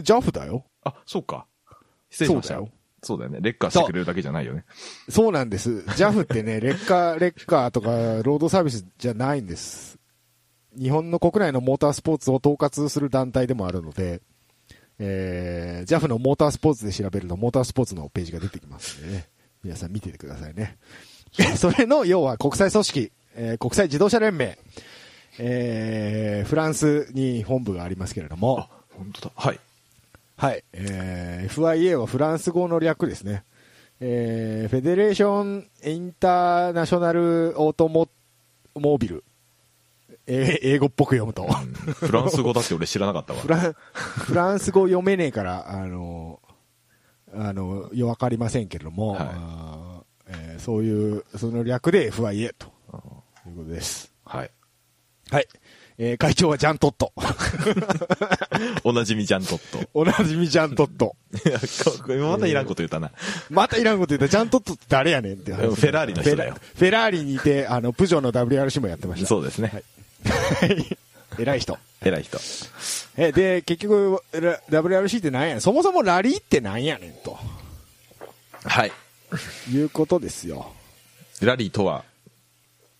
Speaker 1: JAF だよ。
Speaker 2: あ、そうか。失礼しました
Speaker 1: そうだよ。
Speaker 2: そうだよね。レッカーしてくれるだけじゃないよね。
Speaker 1: そうなんです。JAF ってね、レッカー、レッカーとか、ロードサービスじゃないんです。日本の国内のモータースポーツを統括する団体でもあるので、えー、JAF のモータースポーツで調べると、モータースポーツのページが出てきますんでね。皆さん見ててくださいね。それの、要は国際組織、えー国際自動車連盟、えー、フランスに本部がありますけれども
Speaker 2: あ、、本当だ。はい。
Speaker 1: はい。えー FIA はフランス語の略ですね。えーフェデレーション・インターナショナル・オートモ、モービル。え英語っぽく読むと。
Speaker 2: フランス語だって俺知らなかったわ
Speaker 1: フ。ラン、フランス語読めねえから、あの、あの、よわかりませんけれども、
Speaker 2: はい
Speaker 1: あーえーそういう、その略で FIA ということです。
Speaker 2: はい。
Speaker 1: はい。えー会長はジャントッ ト。
Speaker 2: おなじみジャントット。
Speaker 1: おなじみジャントット。
Speaker 2: い やここれまたいらんこと言ったな。
Speaker 1: またいらんこと言った。ジャントットって誰やねんって話。
Speaker 2: フェラーリの人だよ
Speaker 1: フェラフェラーリにいて、あの、プジョーの WRC もやってました。
Speaker 2: そうですね。
Speaker 1: 偉い人。
Speaker 2: 偉い人。
Speaker 1: え、で、結局、ラ WRC ってなんやねん。そもそもラリーってなんやねん、と
Speaker 2: はい。
Speaker 1: いうことですよ。
Speaker 2: ラリーとは、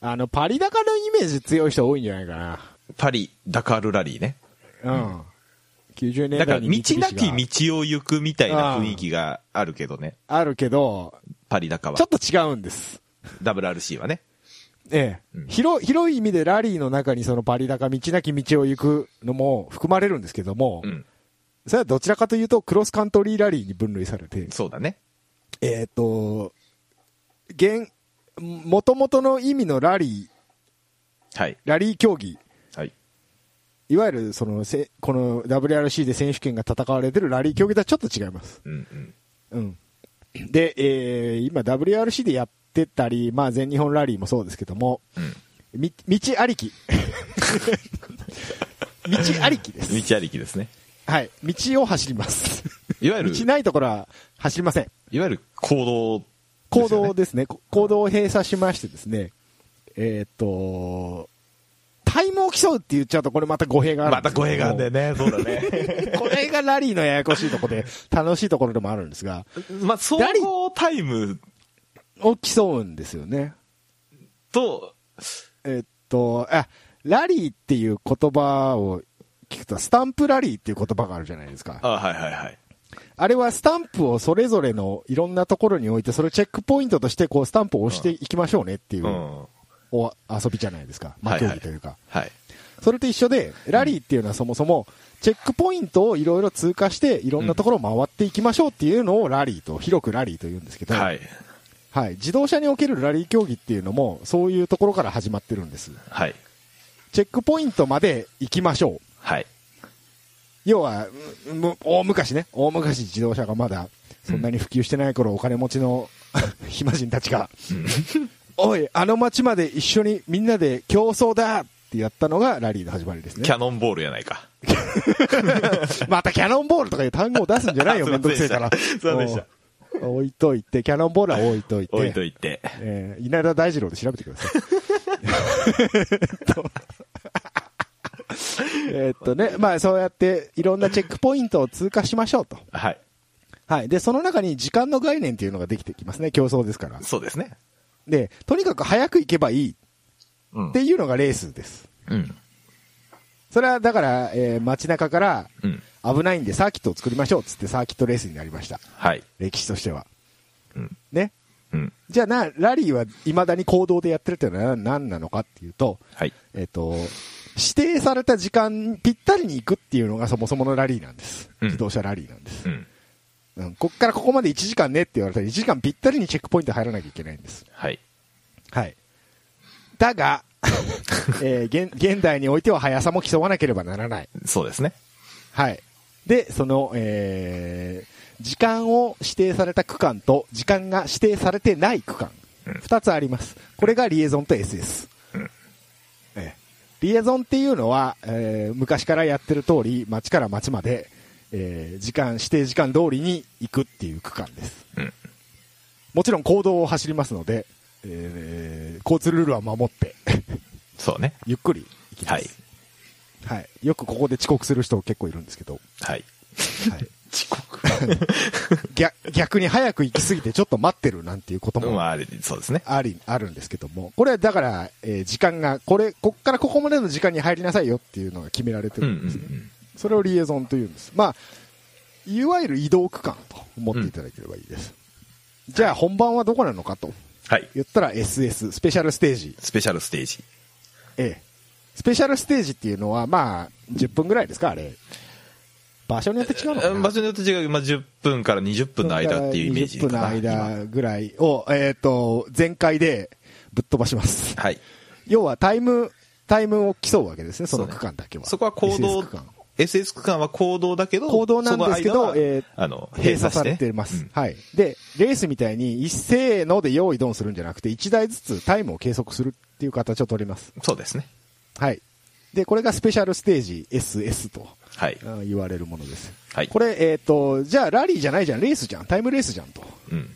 Speaker 1: あの、パリ高のイメージ強い人多いんじゃないか
Speaker 2: パリ、ダカールラリーね。
Speaker 1: な。うん。90年
Speaker 2: だから、
Speaker 1: 代
Speaker 2: 道
Speaker 1: に
Speaker 2: な
Speaker 1: 三菱が
Speaker 2: き道を行くみたいな雰囲気があるけどね。
Speaker 1: あるけど、
Speaker 2: パリ、ダカは
Speaker 1: ちょ。っと違うんです。
Speaker 2: WRC はね。
Speaker 1: ええ、
Speaker 2: うん
Speaker 1: 広、広い意味でラリーの中にそのパリ高道なき道を行くのも含まれるんですけども、
Speaker 2: うん。
Speaker 1: それはどちらかというとクロスカントリーラリーに分類されて、
Speaker 2: そうだね。
Speaker 1: えっ、と、現、元々の意味のラリー、
Speaker 2: はい。
Speaker 1: ラリー競技、
Speaker 2: はい。
Speaker 1: いわゆるそのせ、この WRC で選手権が戦われてるラリー競技とはちょっと違います。
Speaker 2: うんうん。
Speaker 1: うん。で、えー今 WRC でやってたり、まあ全日本ラリーもそうですけども、
Speaker 2: うん。
Speaker 1: み道あり き。道ありきです。
Speaker 2: 道ありきですね。
Speaker 1: はい。道を走ります。
Speaker 2: いわゆる、
Speaker 1: 道ないところは走りません。
Speaker 2: いわゆる行動
Speaker 1: 行
Speaker 2: ですよね、
Speaker 1: 動ですね。こ行動を閉鎖しましてですね、えーっと、タイムを競うって言っちゃうと、これまた語弊がある
Speaker 2: ま
Speaker 1: んです
Speaker 2: た
Speaker 1: けども。
Speaker 2: 語弊があるんだよね。そうだ ね。
Speaker 1: これがラリーのややこしいとこ ろで、楽しいところでもあるんですが、
Speaker 2: まあ、総合タイム
Speaker 1: を競うんですよね。
Speaker 2: と、
Speaker 1: えっと、あ、ラリーっていう言葉を聞くと、スタンプラリーっていう言葉があるじゃないですか。
Speaker 2: あはいはいはい。
Speaker 1: あれはスタンプをそれぞれのいろんなところに置いて、それをチェックポイントとして、こう、スタンプを押していきましょうねっていうう、
Speaker 2: ん。
Speaker 1: お遊びじゃないですか。ま
Speaker 2: は
Speaker 1: あ、
Speaker 2: いは
Speaker 1: 競
Speaker 2: い
Speaker 1: 技というか。
Speaker 2: はい。
Speaker 1: それと一緒で、ラリーっていうのはそもそも、チェックポイントをいろいろ通過して、いろんなところを回っていきましょうっていうのをラリーと、広くラリーと言うんですけど、
Speaker 2: はい。
Speaker 1: はい。自動車におけるラリー競技っていうのも、そういうところから始まってるんです。
Speaker 2: はい。
Speaker 1: チェックポイントまで行きましょう。
Speaker 2: はい。
Speaker 1: 要は、むむ大昔ね、大昔自動車がまだ、そんなに普及してない頃、お金持ちの 暇人たちが、おい、あの街まで一緒にみんなで競争だってやったのがラリーの始まりですね
Speaker 2: キ。ャノンボールやないか。
Speaker 1: またキャノンボールとかいう単語を出すんじゃない よ、
Speaker 2: す
Speaker 1: め
Speaker 2: い
Speaker 1: んど
Speaker 2: ま
Speaker 1: くせ
Speaker 2: せ
Speaker 1: え
Speaker 2: ん
Speaker 1: か
Speaker 2: でした
Speaker 1: ら。
Speaker 2: すいませんでした
Speaker 1: お置いといて、キャノンボールは置いといて。
Speaker 2: 置いといて。
Speaker 1: えー稲田大二郎で調べてください。 えーっとね、まあそうやっていろんなチェックポイントを通過しましょうと。
Speaker 2: はい。
Speaker 1: はい。で、その中に時間の概念っていうのができてきますね。競争ですから。
Speaker 2: そうですね。
Speaker 1: で、とにかく早く行けばいい
Speaker 2: うん
Speaker 1: っていうのがレースです。
Speaker 2: うん。
Speaker 1: それはだから、えー街中から
Speaker 2: うん。
Speaker 1: 危ないんでサーキットを作りましょうっつってサーキットレースになりました。
Speaker 2: はい。
Speaker 1: 歴史としては。
Speaker 2: うん。
Speaker 1: ね。
Speaker 2: うん。
Speaker 1: じゃあな、ラリーは未だに行動でやってるっていうのは何なのかっていうと、
Speaker 2: はい。
Speaker 1: えっ、と、指定された時間ぴったりに行くっていうのがそもそものラリーなんです。
Speaker 2: うん
Speaker 1: 自動車ラリーなんです
Speaker 2: う。ん。
Speaker 1: うん、こっからここまで1時間ねって言われたら1時間ぴったりにチェックポイント入らなきゃいけないんです。
Speaker 2: はい。
Speaker 1: はい。だが、 えー現、現代においては速さも競わなければならない。
Speaker 2: そうですね。
Speaker 1: はい。で、その、えー時間を指定された区間と、時間が指定されてない区間。二、つあります。これがリエゾンと SS。ええリエゾンっていうのは、えー昔からやってる通り、町から町まで、えー時間、指定時間通りに行くっていう区間です。
Speaker 2: うん
Speaker 1: もちろん行動を走りますので、えー交通ルールは守って、
Speaker 2: そうね。
Speaker 1: ゆっくり行きます。
Speaker 2: はい。
Speaker 1: はい。よくここで遅刻する人結構いるんです けど、
Speaker 2: はい。
Speaker 1: はい。
Speaker 2: 遅刻。
Speaker 1: 逆逆に早く行き過ぎてちょっと待ってるなんていうこと
Speaker 2: ま
Speaker 1: も
Speaker 2: あ、あれ、 そうですね。
Speaker 1: あり、あるんですけども、これはだから、えー時間が、これ、こっからここまでの時間に入りなさいよっていうのが決められて
Speaker 2: うん
Speaker 1: る
Speaker 2: うんんう
Speaker 1: ですね。
Speaker 2: ん。
Speaker 1: それをリエゾンというんです。まあ、いわゆる移動区間と思っていただければいいです。じゃあ本番はどこなのかと
Speaker 2: はい。
Speaker 1: 言ったら SS、スペシャルステージ。
Speaker 2: スペシャルステージ。
Speaker 1: ええ。スペシャルステージっていうのは、まあ、10分ぐらいですか、あれ。場所によって違うのかな
Speaker 2: 場所によって違う、まあ、10分から20分の間っていうイメージか
Speaker 1: 20分の
Speaker 2: な。今
Speaker 1: 間ぐら いを、えっ、と、全開でぶっ飛ばします。
Speaker 2: はい。
Speaker 1: 要はタイムタイムを競うわけですね、その
Speaker 2: そうね
Speaker 1: 区間だけは。
Speaker 2: そこは行動
Speaker 1: SS 区間、
Speaker 2: SS 区間は行動だけど、
Speaker 1: 公道なんですけど
Speaker 2: その間は
Speaker 1: えー
Speaker 2: あの、
Speaker 1: 閉
Speaker 2: 閉
Speaker 1: 鎖
Speaker 2: 鎖
Speaker 1: さ
Speaker 2: して
Speaker 1: れてます、
Speaker 2: うん
Speaker 1: はい。で、レースみたいに、一斉ので用意ドンするんじゃなくて、一台ずつタイムを計測するっていう形を取ります。
Speaker 2: そうですね。
Speaker 1: はい。で、これがスペシャルステージ SS と
Speaker 2: はい。
Speaker 1: あー言われるものです。
Speaker 2: はい
Speaker 1: これ、えっ、と、じゃあラリーじゃないじゃん、レースじゃん、タイムレースじゃんと。
Speaker 2: うん。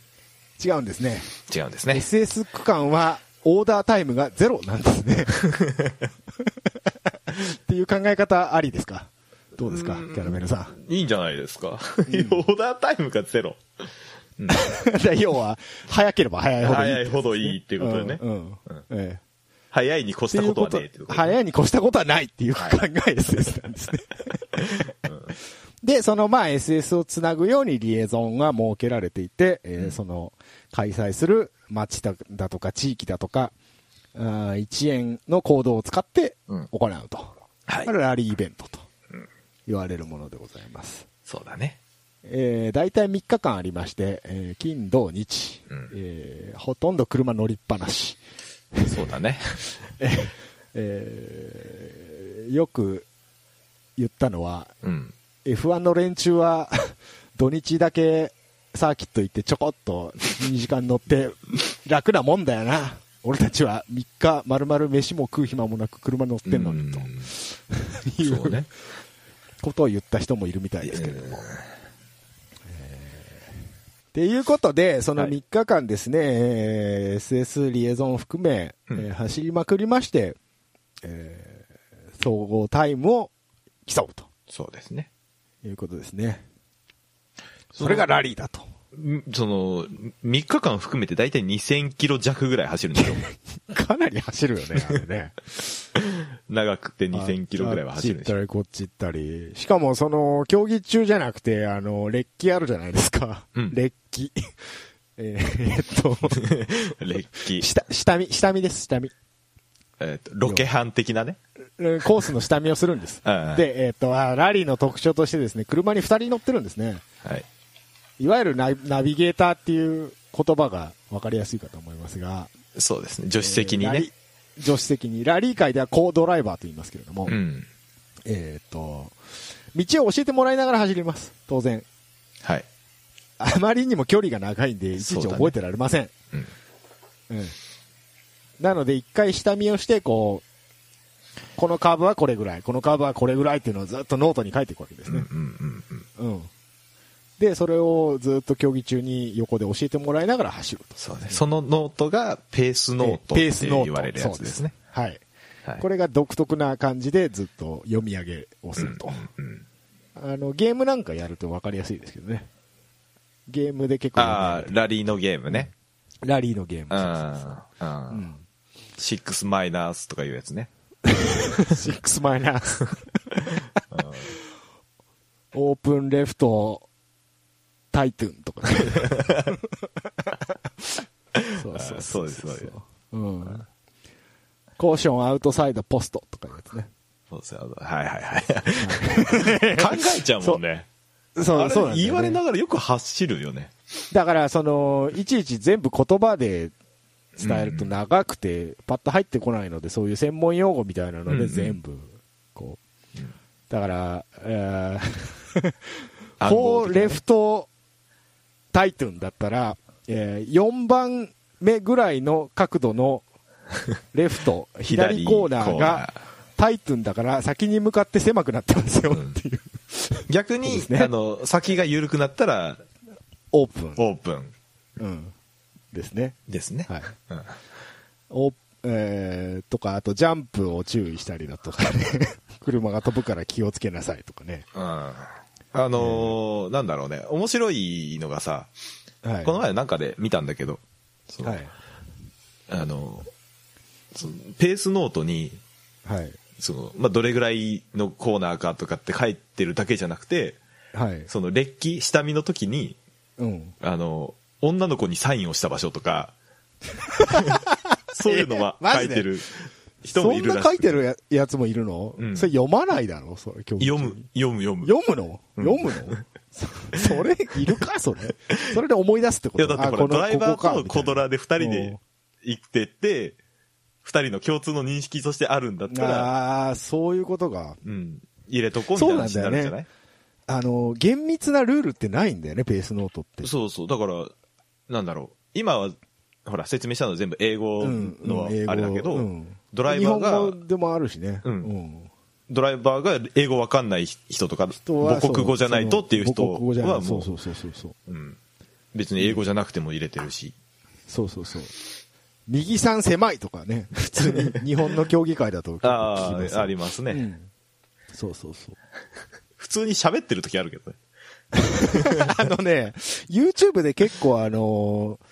Speaker 1: 違うんですね。
Speaker 2: 違うんですね。
Speaker 1: SS 区間は、オーダータイムがゼロなんです ね。っていう考え方ありですかどうですかキャラメルさん。
Speaker 2: いいんじゃないですか。 オーダータイムがゼロ。
Speaker 1: だから要は、早ければ早いほどいい
Speaker 2: 早いほどいいっていうことでね。
Speaker 1: うんうん
Speaker 2: うん
Speaker 1: ええ
Speaker 2: 早いに越したことはねえっていうことでね
Speaker 1: 早いに越したことはないっていう考え SS なんですね。で、そのまあ SS をつなぐようにリエゾンが設けられていて、えーその開催する町だだとか地域だとか、あー一円の行動を使って
Speaker 2: うん
Speaker 1: 行うと。
Speaker 2: はい
Speaker 1: これラリーイベントと言われるものでございます。
Speaker 2: そうだね。
Speaker 1: えー、大体3日間ありまして、えー金、土、日、
Speaker 2: うん
Speaker 1: えーほとんど車乗りっぱなし。
Speaker 2: そうだね。
Speaker 1: えーよく言ったのは、
Speaker 2: うん。
Speaker 1: F1 の連中は 土日だけサーキット行ってちょこっと2時間乗って楽なもんだよな。俺たちは3日丸々飯も食う暇もなく車乗ってんのにと
Speaker 2: うん
Speaker 1: い
Speaker 2: そう
Speaker 1: う
Speaker 2: ね
Speaker 1: ことを言った人もいるみたいですけれども。っていうことで、その
Speaker 2: はい
Speaker 1: 3日間ですね、えー SS リエゾンを含め、
Speaker 2: うん
Speaker 1: えー走りまくりまして、えー総合タイムを競うと
Speaker 2: そうですね。
Speaker 1: いうことですね。それがラリーだと。
Speaker 2: んその、3日間含めて大体2000キロ弱ぐらい走る んですよ。
Speaker 1: かなり走るよ ね、あれね。
Speaker 2: 長くて2000キロぐらいは走るん
Speaker 1: あっ
Speaker 2: で
Speaker 1: ち
Speaker 2: し
Speaker 1: 行
Speaker 2: ょ。
Speaker 1: ったり、こっち行ったり。しかも、その、競技中じゃなくて、あの、レッキあるじゃないですか。
Speaker 2: うん
Speaker 1: レッキ。 えーえっと、
Speaker 2: 歴史
Speaker 1: 下、下見、下見です、下見。
Speaker 2: えっと、ロケハン的なね。
Speaker 1: うんコースの下見をするんです。
Speaker 2: うんうん
Speaker 1: で、えっ、と、あラリーの特徴としてですね、車に2人乗ってるんですね。
Speaker 2: はい。
Speaker 1: いわゆるナビナビゲーターっていう言葉が分かりやすいかと思いますが、
Speaker 2: そうですね。助手席に
Speaker 1: えーラリ
Speaker 2: ね。
Speaker 1: ー助手席に、ラリー界ではコードライバーと言いますけれども、
Speaker 2: うん。
Speaker 1: えっ、と、道を教えてもらいながら走ります、当然。
Speaker 2: はい。
Speaker 1: あまりにも距離が長いんで、いちい
Speaker 2: そう
Speaker 1: ち
Speaker 2: だね
Speaker 1: 覚えてられません。
Speaker 2: うん。
Speaker 1: うんなので、一回下見をして、こう、このカーブはこれぐらい、このカーブはこれぐらいっていうのをずっとノートに書いていくわけです
Speaker 2: うんう
Speaker 1: ね
Speaker 2: ん。うんうん。
Speaker 1: うん。で、それをずっと競技中に横で教えてもらいながら走ると。
Speaker 2: そうね。そのノートがペースノートっ
Speaker 1: ペース
Speaker 2: て
Speaker 1: ノート。
Speaker 2: 言われるやつですね。
Speaker 1: そうです。は。
Speaker 2: はいい
Speaker 1: これが独特な感じでずっと読み上げをすると。
Speaker 2: うん
Speaker 1: あの、ゲームなんかやると分かりやすいですけどね。ゲームで結構
Speaker 2: ああ、ラリーのゲームね。
Speaker 1: ラリーのゲーム。そ
Speaker 2: う。
Speaker 1: うそうそうん
Speaker 2: うん。シックスマイナースとかいうやつね。
Speaker 1: シックスマイナス。オープンレフト、タイトゥンと かね。そうそうそう
Speaker 2: あーそうですそうです
Speaker 1: うん。コーションアウトサイドポストとかいうやつ ね。
Speaker 2: そうですよはいはいはい。 考えちゃうもんね。
Speaker 1: そ
Speaker 2: あ
Speaker 1: う、そうなん
Speaker 2: れ
Speaker 1: だよね
Speaker 2: 言われながらよく走るよね。
Speaker 1: だから、その、いちいち全部言葉で伝えると長くて、パッと入ってこないので、そういう専門用語みたいなの
Speaker 2: うんう
Speaker 1: で
Speaker 2: ん
Speaker 1: 全部、こう。だから、えー
Speaker 2: 暗
Speaker 1: こ
Speaker 2: 号
Speaker 1: う
Speaker 2: 的なね
Speaker 1: レフトタイトゥンだったら、えー4番目ぐらいの角度のレフト、左コーナーがタイトゥンだから、先に向かって狭くなってますよっていう、
Speaker 2: 逆に、
Speaker 1: ね
Speaker 2: あの、先が緩くなったら、
Speaker 1: オープン、
Speaker 2: オープン
Speaker 1: うん、ですね。
Speaker 2: ですね。
Speaker 1: はい
Speaker 2: うん
Speaker 1: おえーとか、あとジャンプを注意したりだとかね、 車が飛ぶから気をつけなさいとかね。
Speaker 2: うんあのーなんだろうね。面白いのがさ、
Speaker 1: はい、
Speaker 2: この前なんかで見たんだけど、その
Speaker 1: はい。
Speaker 2: あのそのペースノートに、
Speaker 1: はい。
Speaker 2: その、まあ、どれぐらいのコーナーかとかって書いてるだけじゃなくて、
Speaker 1: はい。
Speaker 2: その、列記、下見の時に、
Speaker 1: うん。
Speaker 2: あの、女の子にサインをした場所 とか、そういうのは
Speaker 1: えマ
Speaker 2: 書
Speaker 1: ジ
Speaker 2: い
Speaker 1: で
Speaker 2: てる人
Speaker 1: そ
Speaker 2: もい
Speaker 1: ん
Speaker 2: るら
Speaker 1: な
Speaker 2: し
Speaker 1: 書いてるややつもいるの、
Speaker 2: うん
Speaker 1: それ読まないだろそれ競技中
Speaker 2: 読む、読む、読む。
Speaker 1: 読むの読むの、そそれ、いるかそれ。それで思い出すってこ
Speaker 2: い
Speaker 1: と
Speaker 2: や、だって
Speaker 1: あこの
Speaker 2: ほら、ドライ
Speaker 1: こ
Speaker 2: バ
Speaker 1: こか
Speaker 2: ーとコドラで二人
Speaker 1: うん
Speaker 2: で行ってって、二人の共通の認識としてあるんだったら、
Speaker 1: ああ、そういうことが。
Speaker 2: うん、入れとこうみたいな話になるんじゃない
Speaker 1: あの、厳密なルールってないんだよね、ベースノートって。
Speaker 2: そうそう。だから、なんだろう。今は、ほら、説明したのは全部英語
Speaker 1: うんうん
Speaker 2: の
Speaker 1: 英語
Speaker 2: あれだけど、
Speaker 1: うん
Speaker 2: ドライバーが
Speaker 1: 日本語でもあるしね。
Speaker 2: うん
Speaker 1: ん
Speaker 2: ドライバーが英語わかんない人とか、
Speaker 1: 人は
Speaker 2: 母国語じゃないとっていう人
Speaker 1: そう母国語じゃな
Speaker 2: はい
Speaker 1: そ
Speaker 2: も
Speaker 1: う
Speaker 2: う
Speaker 1: そうそうそうそう。
Speaker 2: うん、別に英語じゃなくても入れてるし。
Speaker 1: そうそうそう。右さん狭いとかね、 普通に日本の競技会だと結構聞き
Speaker 2: あ
Speaker 1: ます
Speaker 2: あ、ありますね。
Speaker 1: うんそうそうそう。
Speaker 2: 普通に喋ってる時あるけどね。
Speaker 1: あのね、YouTube で結構あのー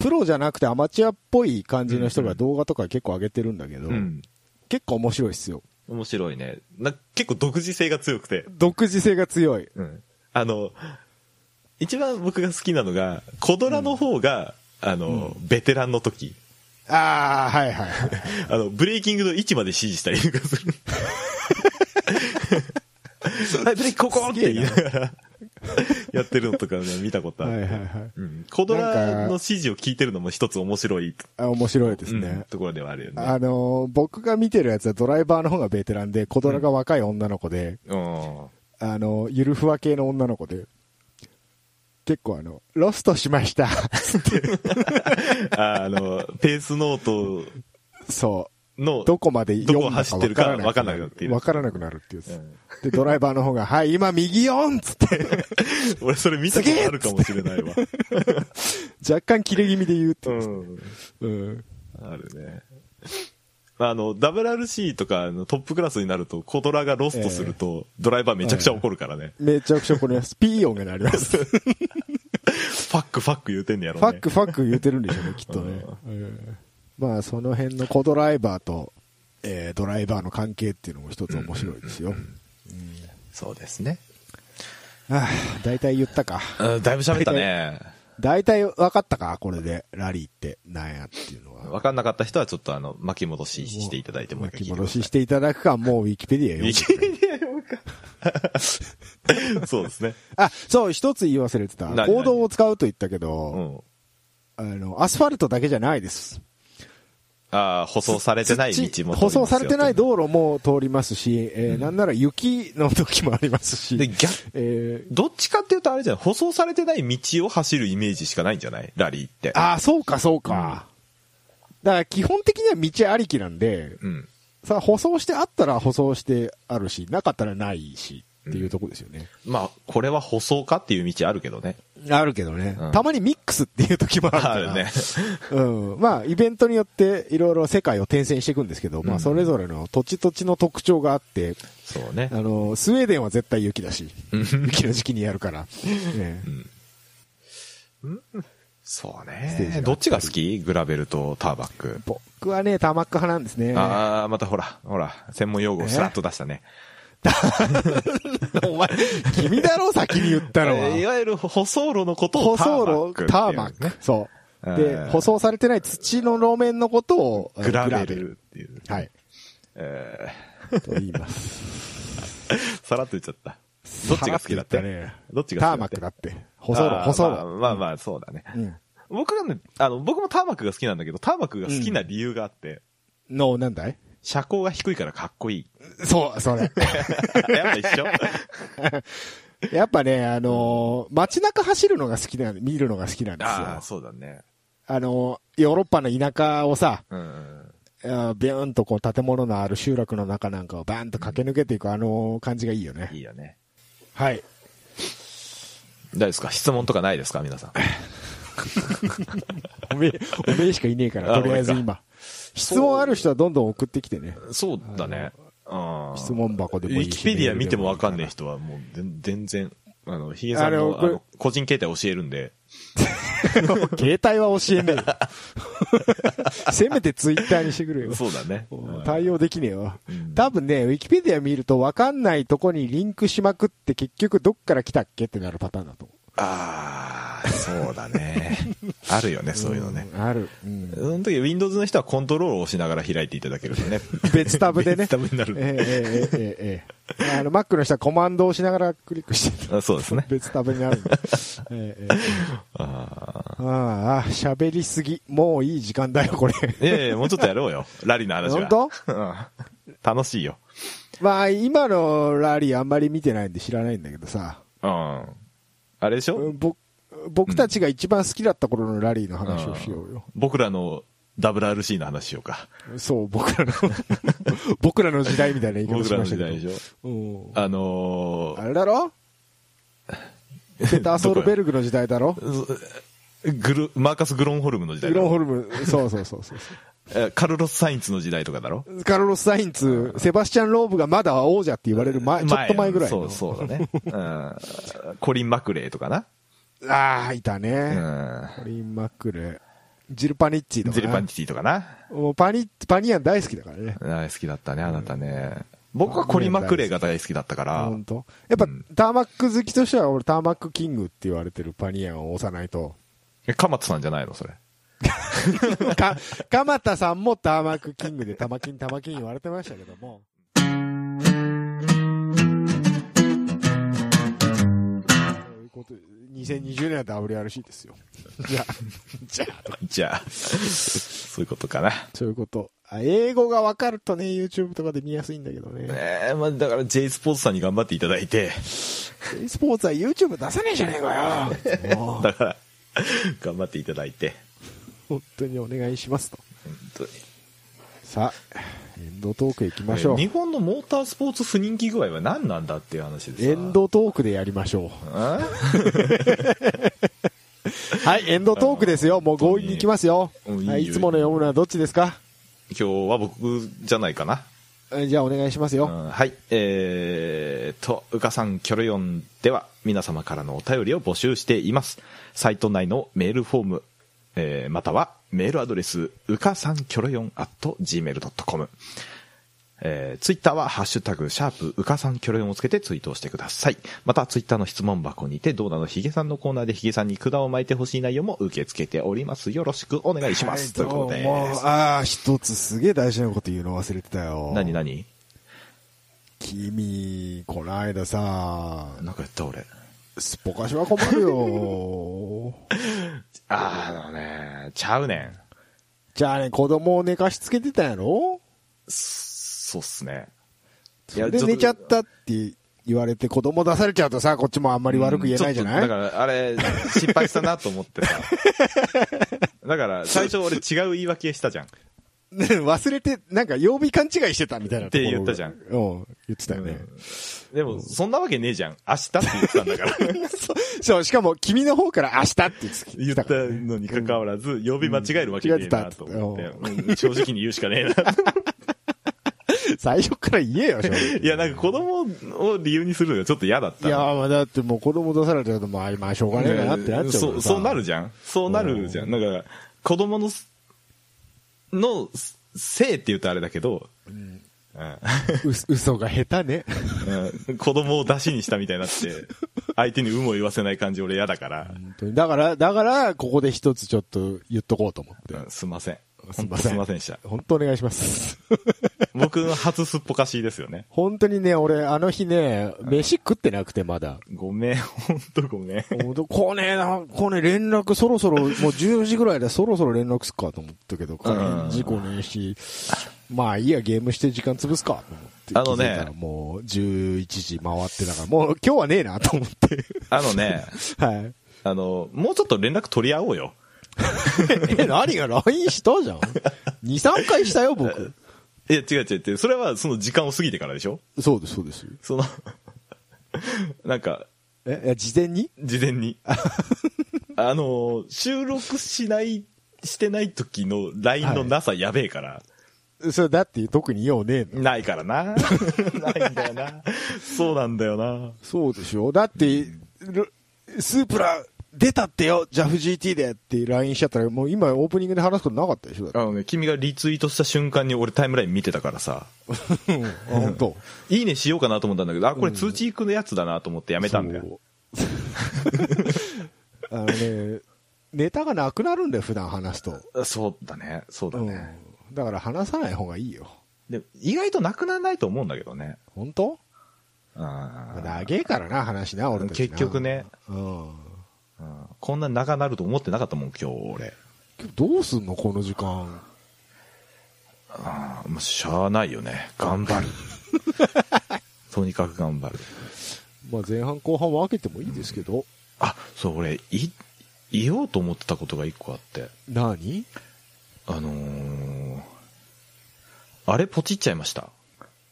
Speaker 1: プロじゃなくてアマチュアっぽい感じの人が動画とか結構上げてるんだけど、
Speaker 2: うん。
Speaker 1: 結構面白いっすよ。
Speaker 2: 面白いね。な結構独自性が強くて。
Speaker 1: 独自性が強い。
Speaker 2: うん。あの、一番僕が好きなのが、コドラの方が、あの、ベテランの時。
Speaker 1: ああ、はいはい はい。
Speaker 2: あの、ブレーキングの位置まで指示したりとかす る。はい、ブレーキここって言いながら、やってるのとかね、見たことある。
Speaker 1: はいはいはい
Speaker 2: うん。コドラの指示を聞いてるのも一つ面白い、
Speaker 1: あ面白いですね。
Speaker 2: うんところではあるよね。
Speaker 1: あのー僕が見てるやつはドライバーの方がベテランで、小ドラが若い女の子で、
Speaker 2: うん
Speaker 1: あのーゆるふわ系の女の子で、結構あの、ロストしま した。
Speaker 2: ああの、ペースノート
Speaker 1: そ
Speaker 2: の
Speaker 1: う。、どこまで読
Speaker 2: どこ走って
Speaker 1: む
Speaker 2: る
Speaker 1: か
Speaker 2: か
Speaker 1: わからなく
Speaker 2: わかんなくな
Speaker 1: な
Speaker 2: っ
Speaker 1: る
Speaker 2: てい。る
Speaker 1: わからなくなるっていうやつ
Speaker 2: うん
Speaker 1: で、ドライバーの方が、はい、今右4っつって、
Speaker 2: 俺それ見たことあるかもしれないわ。
Speaker 1: 若干切れ気味で言うって
Speaker 2: う
Speaker 1: いう。
Speaker 2: ん。
Speaker 1: うん。
Speaker 2: あるね。あの、WRC とかあのトップクラスになると、コドラがロストすると、ドライバーめちゃくちゃ怒るからね。
Speaker 1: めちゃくちゃこれ、 スピー音が鳴ります。フ
Speaker 2: ファックファック言うてんねやろね。
Speaker 1: ァックファック言うてるんで しょうね、きっとね。うんまあ、その辺のコドライバーと、えードライバーの関係っていうのも一つ面白いですよ。
Speaker 2: そうですね。
Speaker 1: ああ、大体言ったか。
Speaker 2: うんだいぶ喋ったね。
Speaker 1: 大体分かったか、これで、ラリーって、なんやっていうのは。
Speaker 2: わかんなかった人はちょっとあの、巻き戻ししていただいてもう一回
Speaker 1: 巻
Speaker 2: 聞
Speaker 1: き
Speaker 2: いて
Speaker 1: 戻
Speaker 2: くださ
Speaker 1: し
Speaker 2: い。
Speaker 1: していただくか、もうウィキペデ ィア読むか。
Speaker 2: きそうですね。
Speaker 1: あ、そう、一つ言い忘れてた。
Speaker 2: 何
Speaker 1: 行動を使うと言ったけ
Speaker 2: う
Speaker 1: ど、あ
Speaker 2: ん。
Speaker 1: の、アスファルトだけじゃないです。
Speaker 2: ああ、舗装されてない道も通りますよ
Speaker 1: 舗装されてない道路も通りますし、えーなんなら雪の時もありますし。
Speaker 2: で、逆、
Speaker 1: えー
Speaker 2: どっちかっていうとあれじゃない舗装されてない道を走るイメージしかないんじゃないラリーって。
Speaker 1: ああ、そうか、そうか。だから基本的には道ありきなんで、
Speaker 2: うん。
Speaker 1: さあ、舗装してあったら舗装してあるし、なかったらないし、っていうとこですよね。
Speaker 2: まあ、これは舗装かっていう道あるけどね。
Speaker 1: あるけどね、
Speaker 2: うん
Speaker 1: たまにミックスっていう時もあるから。
Speaker 2: あるね。
Speaker 1: うん。まあ、イベントによっていろいろ世界を転戦していくんですけど、ま
Speaker 2: う
Speaker 1: あ、
Speaker 2: ん
Speaker 1: それぞれの土地土地の特徴があって、
Speaker 2: そうね
Speaker 1: あ。の、スウェーデンは絶対雪だし、雪の時期にやるから。ね
Speaker 2: そう
Speaker 1: ステージ
Speaker 2: ね
Speaker 1: が。
Speaker 2: どっちが好きグラベルとターバック。
Speaker 1: 僕はね、タマック派なんですね。
Speaker 2: ああ、またほら、ほら、専門用語をスラッと出した ね。
Speaker 1: お前、君だろ、先に言ったの
Speaker 2: えーい
Speaker 1: は。
Speaker 2: わゆる舗装路のことを
Speaker 1: 舗
Speaker 2: ターバ
Speaker 1: 装
Speaker 2: ッ
Speaker 1: 路、
Speaker 2: クってい
Speaker 1: タ
Speaker 2: う
Speaker 1: ーマッ
Speaker 2: ね
Speaker 1: ク。そう。
Speaker 2: あ
Speaker 1: で、
Speaker 2: ー
Speaker 1: 舗装されてない土の路面のことを、
Speaker 2: グラベルっていう。
Speaker 1: はい。
Speaker 2: え
Speaker 1: と言います。
Speaker 2: ーさらっと言っちゃった。 どっちが好きだって
Speaker 1: さらと言たね
Speaker 2: どっちが好
Speaker 1: ター
Speaker 2: きだって
Speaker 1: マックだって。舗装路、
Speaker 2: あー
Speaker 1: 舗装
Speaker 2: まあ
Speaker 1: 路。
Speaker 2: まあまあ、そうだね。
Speaker 1: うん。
Speaker 2: 僕がね、あの、僕もターマックが好きなんだけど、ターマックが好きな理由があって、
Speaker 1: の、なんだい
Speaker 2: 車高が低いからかっこいい。
Speaker 1: そう、それ。
Speaker 2: やっぱ 一緒
Speaker 1: やっぱね、あのー街中走るのが好きなん、見るのが好きなんですよ。
Speaker 2: ああ、
Speaker 1: あ
Speaker 2: そうだね。
Speaker 1: のーヨーロッパの田舎をさ、
Speaker 2: うんうん。
Speaker 1: あービューンとこう建物のある集落の中なんかをバーンと駆け抜けていくあのー感じがいいよね。
Speaker 2: いいよね。
Speaker 1: はい。
Speaker 2: 大丈夫ですか質問とかないですか皆さん。
Speaker 1: おめえ、おめえしかいねえから、
Speaker 2: あ
Speaker 1: とりあえず
Speaker 2: 俺
Speaker 1: 今。質問ある人はどんどん送ってきてね。
Speaker 2: そうだね。うん。
Speaker 1: 質問箱
Speaker 2: ウ
Speaker 1: でもいい
Speaker 2: ィ
Speaker 1: し。
Speaker 2: キペディア見てもわかんない
Speaker 1: メ
Speaker 2: 人はもう全全然、あの、ヒゲさん
Speaker 1: あれ
Speaker 2: の
Speaker 1: こ
Speaker 2: あ
Speaker 1: れ
Speaker 2: の個人形態教えるんで、
Speaker 1: ールでもいいから。携帯は教え ねえよ。せめてツイッターにしてくれよ。
Speaker 2: そうだね。
Speaker 1: うん
Speaker 2: うん
Speaker 1: 対応できねえわ
Speaker 2: うん。
Speaker 1: 多分ね、ウィキペディア見ると分かんないとこにリンクしまくって結局どっから来たっけってなるパターンだと思う。
Speaker 2: ああ、そうだね。あるよね、そういうのね。
Speaker 1: んある。うん
Speaker 2: その時、Windows の人はコントロールを押しながら開いていただけるとね。
Speaker 1: 別タブでね。
Speaker 2: 別タブになる。
Speaker 1: ええええええええあの、Mac の人はコマンドを押しながらクリックして
Speaker 2: あそうですね。
Speaker 1: 別タブにな るんで。ええええ
Speaker 2: あ
Speaker 1: ああああ、喋りすぎ。もういい時間だよ、こ れ。
Speaker 2: ーいやいや、もうちょっとやろうよ。ラリーの話は。
Speaker 1: 本
Speaker 2: うん楽しいよ。
Speaker 1: まあ、今のラリーあんまり見てないんで知らないんだけどさ。
Speaker 2: うん。あれでしょ、
Speaker 1: ぼ僕たちが一番好きだった頃のラリーの話をしようよ。
Speaker 2: 僕らの WRC の話しようか。
Speaker 1: そう、僕らの、 僕らの時代みたいな言い方
Speaker 2: 僕
Speaker 1: し
Speaker 2: らの
Speaker 1: ました
Speaker 2: 時
Speaker 1: けど。
Speaker 2: 代でしょ
Speaker 1: うん
Speaker 2: あの
Speaker 1: あれだろペター・ソルベルグの時代だろ
Speaker 2: ー、グル、マーカス・グロンホルムの時代
Speaker 1: グ
Speaker 2: だ
Speaker 1: ロン
Speaker 2: ろ
Speaker 1: ホルム、そうそうそうそうそ
Speaker 2: えカルロス・サインツの時代とかだろ
Speaker 1: う。カルロス・サインツ、セバスチャン・ローブがまだ王者って言われる前、ちょっと前ぐらい
Speaker 2: そ
Speaker 1: の
Speaker 2: う、。そうだ ね。うん。コリン・マクレーとかな。
Speaker 1: ああ、いたね。
Speaker 2: う
Speaker 1: コリン・マックレ。ジル・パニッチと
Speaker 2: ん。
Speaker 1: か。
Speaker 2: ジル・パンティティとかな。
Speaker 1: もうパニパニアン大好きだからね。
Speaker 2: 大好きだったね、あなたね。僕はコリン・マクレーが大好きだったから。
Speaker 1: 本当。やっぱ、
Speaker 2: うん
Speaker 1: ターマック好きとしては、俺、ターマックキングって言われてるパニアンを押さない と。
Speaker 2: え、カマツさんじゃないのそれ。
Speaker 1: か、鎌田さんもターマックキングで、タマキン、タマキン言われてましたけども。ということで2020年は WRC です よ。じゃあ、じゃあ、とか
Speaker 2: じゃあ、そういうことかな。
Speaker 1: そういうこと。あ英語がわかるとね、YouTube とかで見やすいんだけどね。
Speaker 2: えー、まあだから J スポーツさんに頑張っていただいて、
Speaker 1: スポーツは YouTube 出さねえじゃねえ かよ。もう
Speaker 2: だから、頑張っていただいて、
Speaker 1: 本当にお願いしますと。
Speaker 2: 本当に。
Speaker 1: さあ、エンドトーク行きましょう
Speaker 2: 日。本のモータースポーツ不人気具合は何なんだっていう話です
Speaker 1: エンドトークでやりましょう。はい、エンドトークですよ。もう強引に行きますよ。
Speaker 2: うんいいよ
Speaker 1: はい、いつもの読むのはどっちですか
Speaker 2: 今日は僕じゃないかな。
Speaker 1: えじゃあお願いします
Speaker 2: う
Speaker 1: よ。
Speaker 2: んはい。えー、と、うかさんキョロヨンでは皆様からのお便りを募集しています。サイト内のメールフォーム、えーまたはメールアドレス、うかさんキョロヨン at gmail.com。えー、ツイッターは、ハッシュタグ、シャープ、うかさんきょろよんをつけてツイートをしてください。また、ツイッターの質問箱にて、どうなのヒゲさんのコーナーでヒゲさんに管を巻いてほしい内容も受け付けております。よろしくお願いします。ということで
Speaker 1: はどうもああ、一つすげえ大事なこと言うの忘れてたよ。
Speaker 2: 何何
Speaker 1: 君、こないださ、
Speaker 2: なんか言った俺。
Speaker 1: すっぽかしは困るよ。
Speaker 2: あーあのね、ちゃうねん。
Speaker 1: じゃあね、子供を寝かしつけてたやろ
Speaker 2: そうっすね。い
Speaker 1: そ
Speaker 2: や
Speaker 1: れで
Speaker 2: ちょっと
Speaker 1: 寝ちゃったって言われて子供出されちゃうとさ、こっちもあんまり悪く言えないじゃない、
Speaker 2: うんちょっとだから、あれ、失敗したなと思って さ。だから、最初俺違う言い訳したじゃん。
Speaker 1: ね忘れて、なんか曜日勘違いしてたみたいなところ
Speaker 2: って言ったじゃん
Speaker 1: うん、言ってたよね。
Speaker 2: でも、そんなわけねえじゃん。明日って言ってたんだから。
Speaker 1: そうそう、しかも君の方から明日って言ってた
Speaker 2: 言ったのに関わらず、曜日間違えるわけねえなと思って
Speaker 1: 間違えて、
Speaker 2: うん正直 に言うしかねえな。
Speaker 1: 最初から言えよ、正直
Speaker 2: いや、なんか子供を理由にするのがちょっと嫌だった
Speaker 1: いや
Speaker 2: の。
Speaker 1: まあだってもう子供出されちゃうと、まあ、まあ、しょうがねえかなってなっちゃうか
Speaker 2: そ
Speaker 1: ら
Speaker 2: う、
Speaker 1: さ
Speaker 2: そうなるじゃん。そうなるじゃん。だから、子供のす、のせいって言うとあれだけど、うん
Speaker 1: う 嘘が下手ね。
Speaker 2: うん 子供を出しにしたみたいになって、相手に有無を言わせない感じ俺嫌だから、
Speaker 1: 本当にだから、だから、ここで一つちょっと言っとこうと思って。
Speaker 2: うんすいません。
Speaker 1: すい
Speaker 2: 本当
Speaker 1: ません
Speaker 2: すいませんでした。
Speaker 1: 本当お願いします。
Speaker 2: 僕の初すっぽかしですよね。
Speaker 1: 本当にね、俺、あの日ね、飯食ってなくて、まだ。
Speaker 2: ごめん、本当ごめん。
Speaker 1: ほんとこうねな、こうね、連絡そろそろ、もう10時ぐらいでそろそろ連絡すっかと思ったけど、こ
Speaker 2: うん
Speaker 1: れ事故ねえし、まあいいや、ゲームして時間潰すかと思って。
Speaker 2: あのね
Speaker 1: 気づいたらもう11時回ってたから、もう今日はねえなと思って。
Speaker 2: あのね、
Speaker 1: はい。
Speaker 2: あの、もうちょっと連絡取り合おうよ。
Speaker 1: え、何が LINE したじゃん ?2、3回したよ、僕。
Speaker 2: いや、違う違う違う。それはその時間を過ぎてからでしょ
Speaker 1: そうです、そうです。
Speaker 2: その、なんか、
Speaker 1: え、いや事前に
Speaker 2: 事前 に。あの、収録しない、してない時の LINE のなさやべえから。
Speaker 1: それだって特に用ねえの。
Speaker 2: ないから な。ないんだよな。そうなんだよな。
Speaker 1: そうでしょだって、ルスープラ出たってよ、JAFGT でって LINE しちゃったら、もう今オープニングで話すことなかったでしょだって
Speaker 2: あのね、君がリツイートした瞬間に俺タイムライン見てたからさ、
Speaker 1: うんあ本当。
Speaker 2: いいねしようかなと思ったんだけど、あ、これ通知行くのやつだなと思ってやめたんだよ。
Speaker 1: そう。あのね、ネタがなくなるんだよ、普段話すと。
Speaker 2: そうだね、そうだ
Speaker 1: う
Speaker 2: ね。
Speaker 1: ん。だから話さない方がいいよ。
Speaker 2: で、意外となくならないと思うんだけどね。
Speaker 1: 本当
Speaker 2: うん
Speaker 1: 長えからな、話な、俺たちな
Speaker 2: 結局ね。
Speaker 1: うん。
Speaker 2: うんこんな長なると思ってなかったもん、今日俺。
Speaker 1: 今日どうすんの、この時間。
Speaker 2: ああ、もうしゃあないよね。頑 張る。とにかく頑張る。
Speaker 1: まあ前半後半分けてもいいですけど。
Speaker 2: あ、そう、俺、い、言おうと思ってたことが一個あって。
Speaker 1: 何
Speaker 2: あのー、あれポチっちゃいました。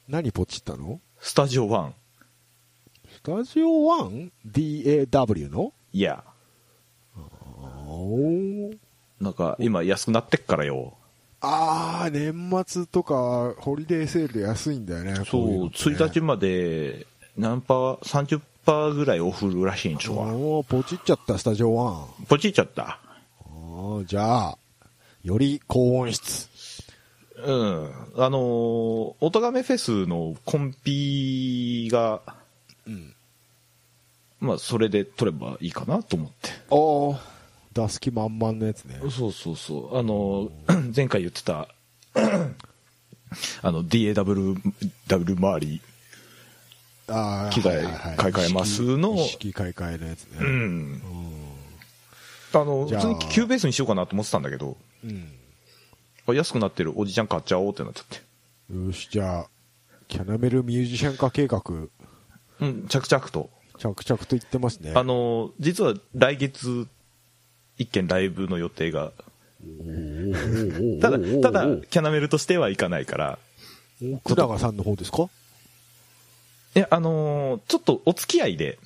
Speaker 1: 何ポチったの
Speaker 2: スタジオ1。
Speaker 1: スタジオ 1?DAW の
Speaker 2: いや。
Speaker 1: おー
Speaker 2: なんか、今安くなってっからよ。
Speaker 1: あー、年末とか、ホリデーセールで安いんだよね。
Speaker 2: そ、
Speaker 1: こいうのね
Speaker 2: 1日まで、何パー、30パーぐらいオフらしいんですわ。
Speaker 1: おーポチっちゃった、スタジオ1。
Speaker 2: ポチっちゃった。
Speaker 1: ああ、じゃあ、より高音質。
Speaker 2: うん。あのー、おとがめフェスのコンピが、
Speaker 1: うん。
Speaker 2: まあ、それで撮ればいいかなと思って。
Speaker 1: おお。出す気満々のやつね。
Speaker 2: そうそうそう。あのー、前回言ってた、あの、DAW、W 周り、
Speaker 1: あー
Speaker 2: 機材
Speaker 1: はいはいはい
Speaker 2: 買い替えますの
Speaker 1: 意識意識買い替えのやつ
Speaker 2: う
Speaker 1: ね。
Speaker 2: ん。あの、
Speaker 1: じ
Speaker 2: 普
Speaker 1: ゃあ
Speaker 2: 通にキューベースにしようかなと思ってたんだけど、
Speaker 1: うん。
Speaker 2: あ安くなってるおじちゃん買っちゃおうってなっちゃって。
Speaker 1: うん。よし、じゃあ、キャナメルミュージシャン化計画、着
Speaker 2: うん、着々と。
Speaker 1: 々と言ってますね。
Speaker 2: あのー、実は来月、一件ライブの予定が、ただ、ただ、キャナメルとしてはいかないから、
Speaker 1: 奥永さんの方ですか
Speaker 2: いや、あのーちょっとお付き合い で、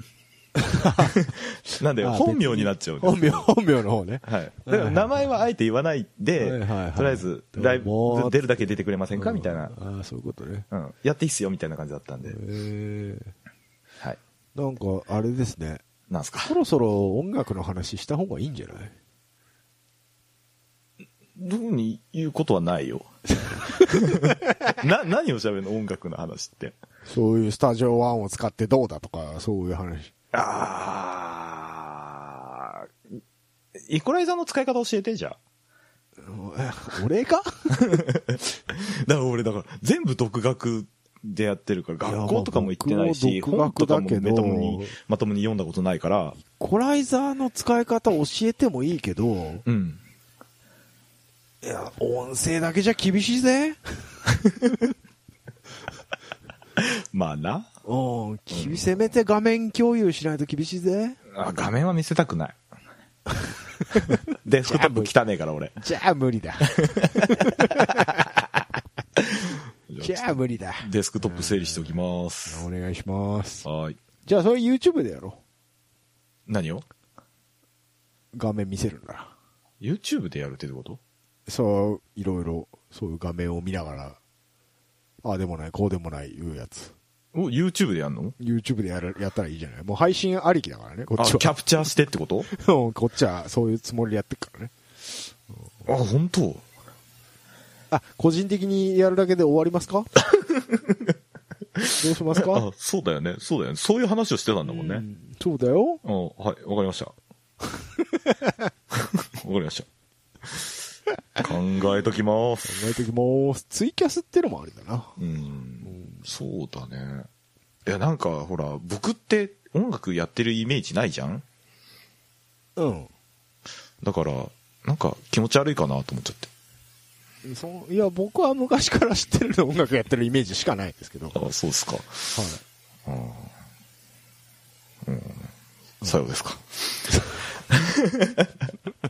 Speaker 2: なんで、
Speaker 1: あ
Speaker 2: 本名になっちゃうんです。
Speaker 1: 本名、本名の方ね。
Speaker 2: はい。だから名前はあえて言わない
Speaker 1: はい
Speaker 2: で
Speaker 1: はいはい、
Speaker 2: とりあえず、ライ
Speaker 1: どう
Speaker 2: ブ
Speaker 1: も
Speaker 2: 出るだけ出てくれませんかみたいな。
Speaker 1: ああ、そういうことね。
Speaker 2: うん。やっていいっすよみたいな感じだったんで
Speaker 1: え。ー、
Speaker 2: はい。
Speaker 1: なんか、あれですね。
Speaker 2: なんすか。
Speaker 1: そろそろ音楽の話した方がいいんじゃない
Speaker 2: どうに言うことはないよ。 な、何を喋るの音楽の話って。
Speaker 1: そういうスタジオワンを使ってどうだとか、そういう話。
Speaker 2: あー。イコライザーの使い方教えて、じゃあ。
Speaker 1: 俺 か
Speaker 2: だから俺だから全部独学でやってるから
Speaker 1: いや
Speaker 2: 学校とかも行ってないし
Speaker 1: まあ
Speaker 2: 本
Speaker 1: 僕
Speaker 2: と
Speaker 1: も独学だけ
Speaker 2: かも
Speaker 1: ど
Speaker 2: まともにまともに読んだことないから
Speaker 1: コライザーの使い方教えてもいいけど、い
Speaker 2: うん
Speaker 1: や、音声だけじゃ厳しいぜ。
Speaker 2: まあな
Speaker 1: うん、きせめて画面共有しないと厳しいぜ。
Speaker 2: あ画面は見せたくない デスクトップ汚ねえから俺
Speaker 1: じゃあ無理 だ。じゃあ無理 だ。
Speaker 2: デスクトップ整理しておきます
Speaker 1: お願いします。
Speaker 2: はーい
Speaker 1: じゃあそれ YouTube でやろ
Speaker 2: 何を
Speaker 1: う。画面見せるんだら。
Speaker 2: YouTube でやるってこと
Speaker 1: そう、いろいろ、そういう画面を見ながら、ああでもない、こうでもない、いうやつ。
Speaker 2: お YouTube でやるの
Speaker 1: YouTube でやるやったらいいじゃない。もう配信ありきだからね、こ
Speaker 2: あ
Speaker 1: っち
Speaker 2: キ
Speaker 1: は。
Speaker 2: ャプチャーしてってこ
Speaker 1: う
Speaker 2: と
Speaker 1: んこっちはそういうつもりでやってるからね。
Speaker 2: あ本当
Speaker 1: あ、個人的にやるだけで終わります かどうしますか
Speaker 2: あそうだよねそうだよねそういう話をしてたんだもんね、
Speaker 1: うんそうだよ。
Speaker 2: あはい、わかりました。 わかりました。考えときます。
Speaker 1: 考えてきます。ツイキャスってのもありだな。
Speaker 2: うん、そうだね。いや、なんか、ほら、僕って音楽やってるイメージないじゃん
Speaker 1: うん。
Speaker 2: だから、なんか気持ち悪いかなと思っちゃって。
Speaker 1: そいや、僕は昔から知ってるの音楽やってるイメージしかないんですけど。はい。
Speaker 2: あそうですか。うん。うん。さようですか。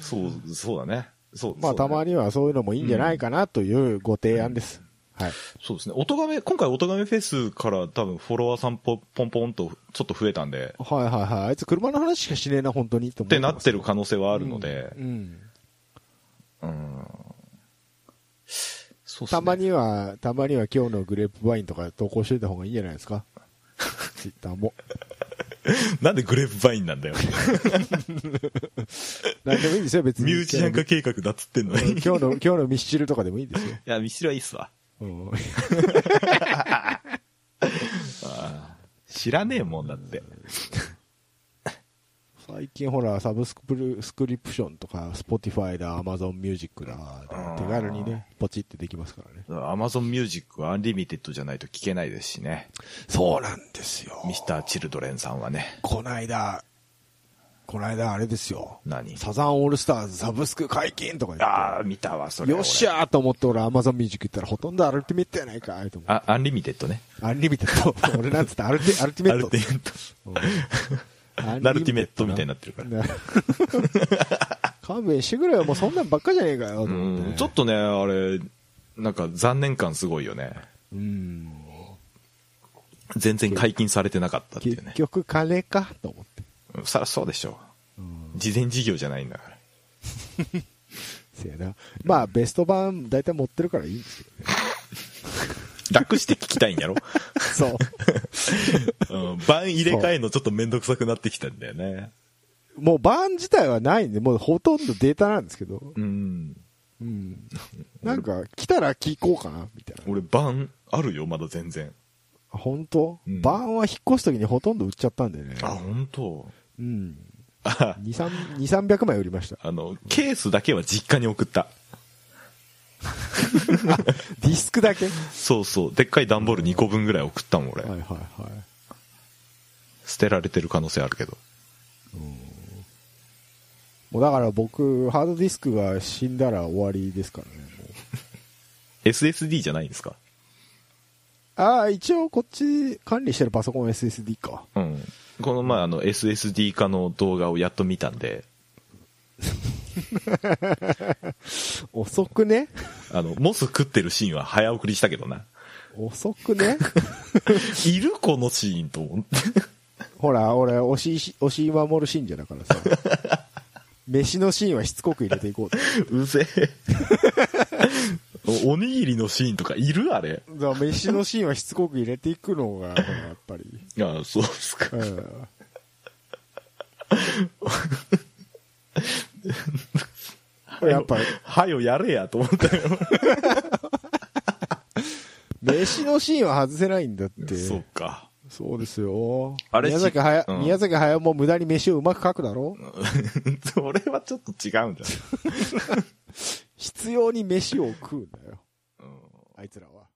Speaker 2: そう、そうだね。そう。
Speaker 1: まあ、たま
Speaker 2: に。
Speaker 1: にはそういうのもいいんじゃないかなというご提案です。はい。
Speaker 2: そうですね。音がめ、今回音がめフェスから多分フォロワーさんぽポンポンとちょっと増えたんで、
Speaker 1: はいはいはい。あいつ車の話しかしねえな、本当に。と思
Speaker 2: ってな
Speaker 1: ま
Speaker 2: っ
Speaker 1: す
Speaker 2: てる可能性はあるので、
Speaker 1: うん。
Speaker 2: うん。そうっすね
Speaker 1: たま。には、たまには今日のグレープワインとか投稿しといた方がいいんじゃないですか。ツイッターも。
Speaker 2: なんでグレープバイン なんだよ。
Speaker 1: 何でもいいですよ、別に。
Speaker 2: ミュージシャン化計画だっつってんの
Speaker 1: うん
Speaker 2: に。い
Speaker 1: 今日の、今日のミスチルとかでもいいですよ。
Speaker 2: や、ミスチルはいいっすわ。
Speaker 1: うん
Speaker 2: 知らねえもんだって。
Speaker 1: 最近ほら、サブスクスクリプションとか、Spotify だ、Amazon Music だ、手軽にね、ポチってできますからね。
Speaker 2: アマゾンミュージックはアンリミテッドじゃないと聞けないですしね。
Speaker 1: そうなんですよ
Speaker 2: ミスター・チルドレンさんはね。
Speaker 1: こないだ、こないだあれですよ。
Speaker 2: 何
Speaker 1: サザンオールスターズサブスク解禁とか言って。
Speaker 2: ああ、見たわ、それ。
Speaker 1: よっしゃーと思って俺 Amazon Music 行ったらほとんどアルティメットやないかいと思
Speaker 2: 俺あ、アンリミテッドね。
Speaker 1: う。アンリミテ ッド。俺なんつったアルティアルティメ
Speaker 2: ア
Speaker 1: ッ
Speaker 2: ル
Speaker 1: ト
Speaker 2: テ。ィメット。
Speaker 1: うん
Speaker 2: ナルティメットみたいになってるから。
Speaker 1: ね勘弁してくれよ、もうそんなんばっかじゃねえかよ、と
Speaker 2: う
Speaker 1: 思って、
Speaker 2: ん、ちょっとね、あれ、なんか残念感すごいよね。
Speaker 1: うん
Speaker 2: 全然解禁されてなかったっていう
Speaker 1: 結
Speaker 2: ね。
Speaker 1: 局金かと思って。
Speaker 2: うんそりゃそうでしょ
Speaker 1: うん
Speaker 2: う。事前事業じゃないんだから。
Speaker 1: せやな。まあ、ベスト版大体持ってるからいいんですよね。
Speaker 2: 楽して聞きたいんやろ、
Speaker 1: そう。
Speaker 2: うん、版入れ替えのちょっとめんどくさくなってきたんだよね。
Speaker 1: もう版自体はないんで、もうほとんどデータなんですけど。
Speaker 2: うん。
Speaker 1: うん。なんか、来たら聞こうかな、みたいな。
Speaker 2: 俺、版あるよ、まだ全然。
Speaker 1: 本当、
Speaker 2: うん
Speaker 1: 版は引っ越すときにほとんど売っちゃったんでね。
Speaker 2: あ、本当。
Speaker 1: うん。
Speaker 2: あ、
Speaker 1: 2、3、2、300枚売りました。
Speaker 2: あの、ケースだけは実家に送った。
Speaker 1: ディスクだけは
Speaker 2: そうそう。でっかい段ボール2個分ぐらい送ったもん、俺
Speaker 1: い。はいはい。
Speaker 2: 捨てられてる可能性あるけど。
Speaker 1: もうだから僕、ハードディスクが死んだら終わりですからね。もう
Speaker 2: SSD じゃないんですか
Speaker 1: ああ、一応こっち管理してるパソコン SSD か。
Speaker 2: うん。この前、あの、SSD 化の動画をやっと見たんで、
Speaker 1: 遅くね
Speaker 2: あの、モス食ってるシーンは早送りしたけどな。
Speaker 1: 遅く ね
Speaker 2: いるこのシーンと思って。
Speaker 1: ほら、俺、押しし、押し守るシーンじゃだからさ。飯のシーンはしつこく入れてい こうと。
Speaker 2: うぜえ。 おおにぎりのシーンとかいるあれ。
Speaker 1: だから飯のシーンはしつこく入れていくのが、ほらやっぱり。
Speaker 2: ああそうっすか
Speaker 1: う。ん。 これやっぱ、
Speaker 2: はよやれやと思ったよ。
Speaker 1: 飯のシーンは外せないんだって。
Speaker 2: そうか。
Speaker 1: そうですよ。
Speaker 2: あれ
Speaker 1: 宮崎駿、
Speaker 2: うん
Speaker 1: 宮崎駿も無駄に飯をうまく書くだろ
Speaker 2: それはちょっと違うんじゃない
Speaker 1: 必要に飯を食うんだよ。あいつらは。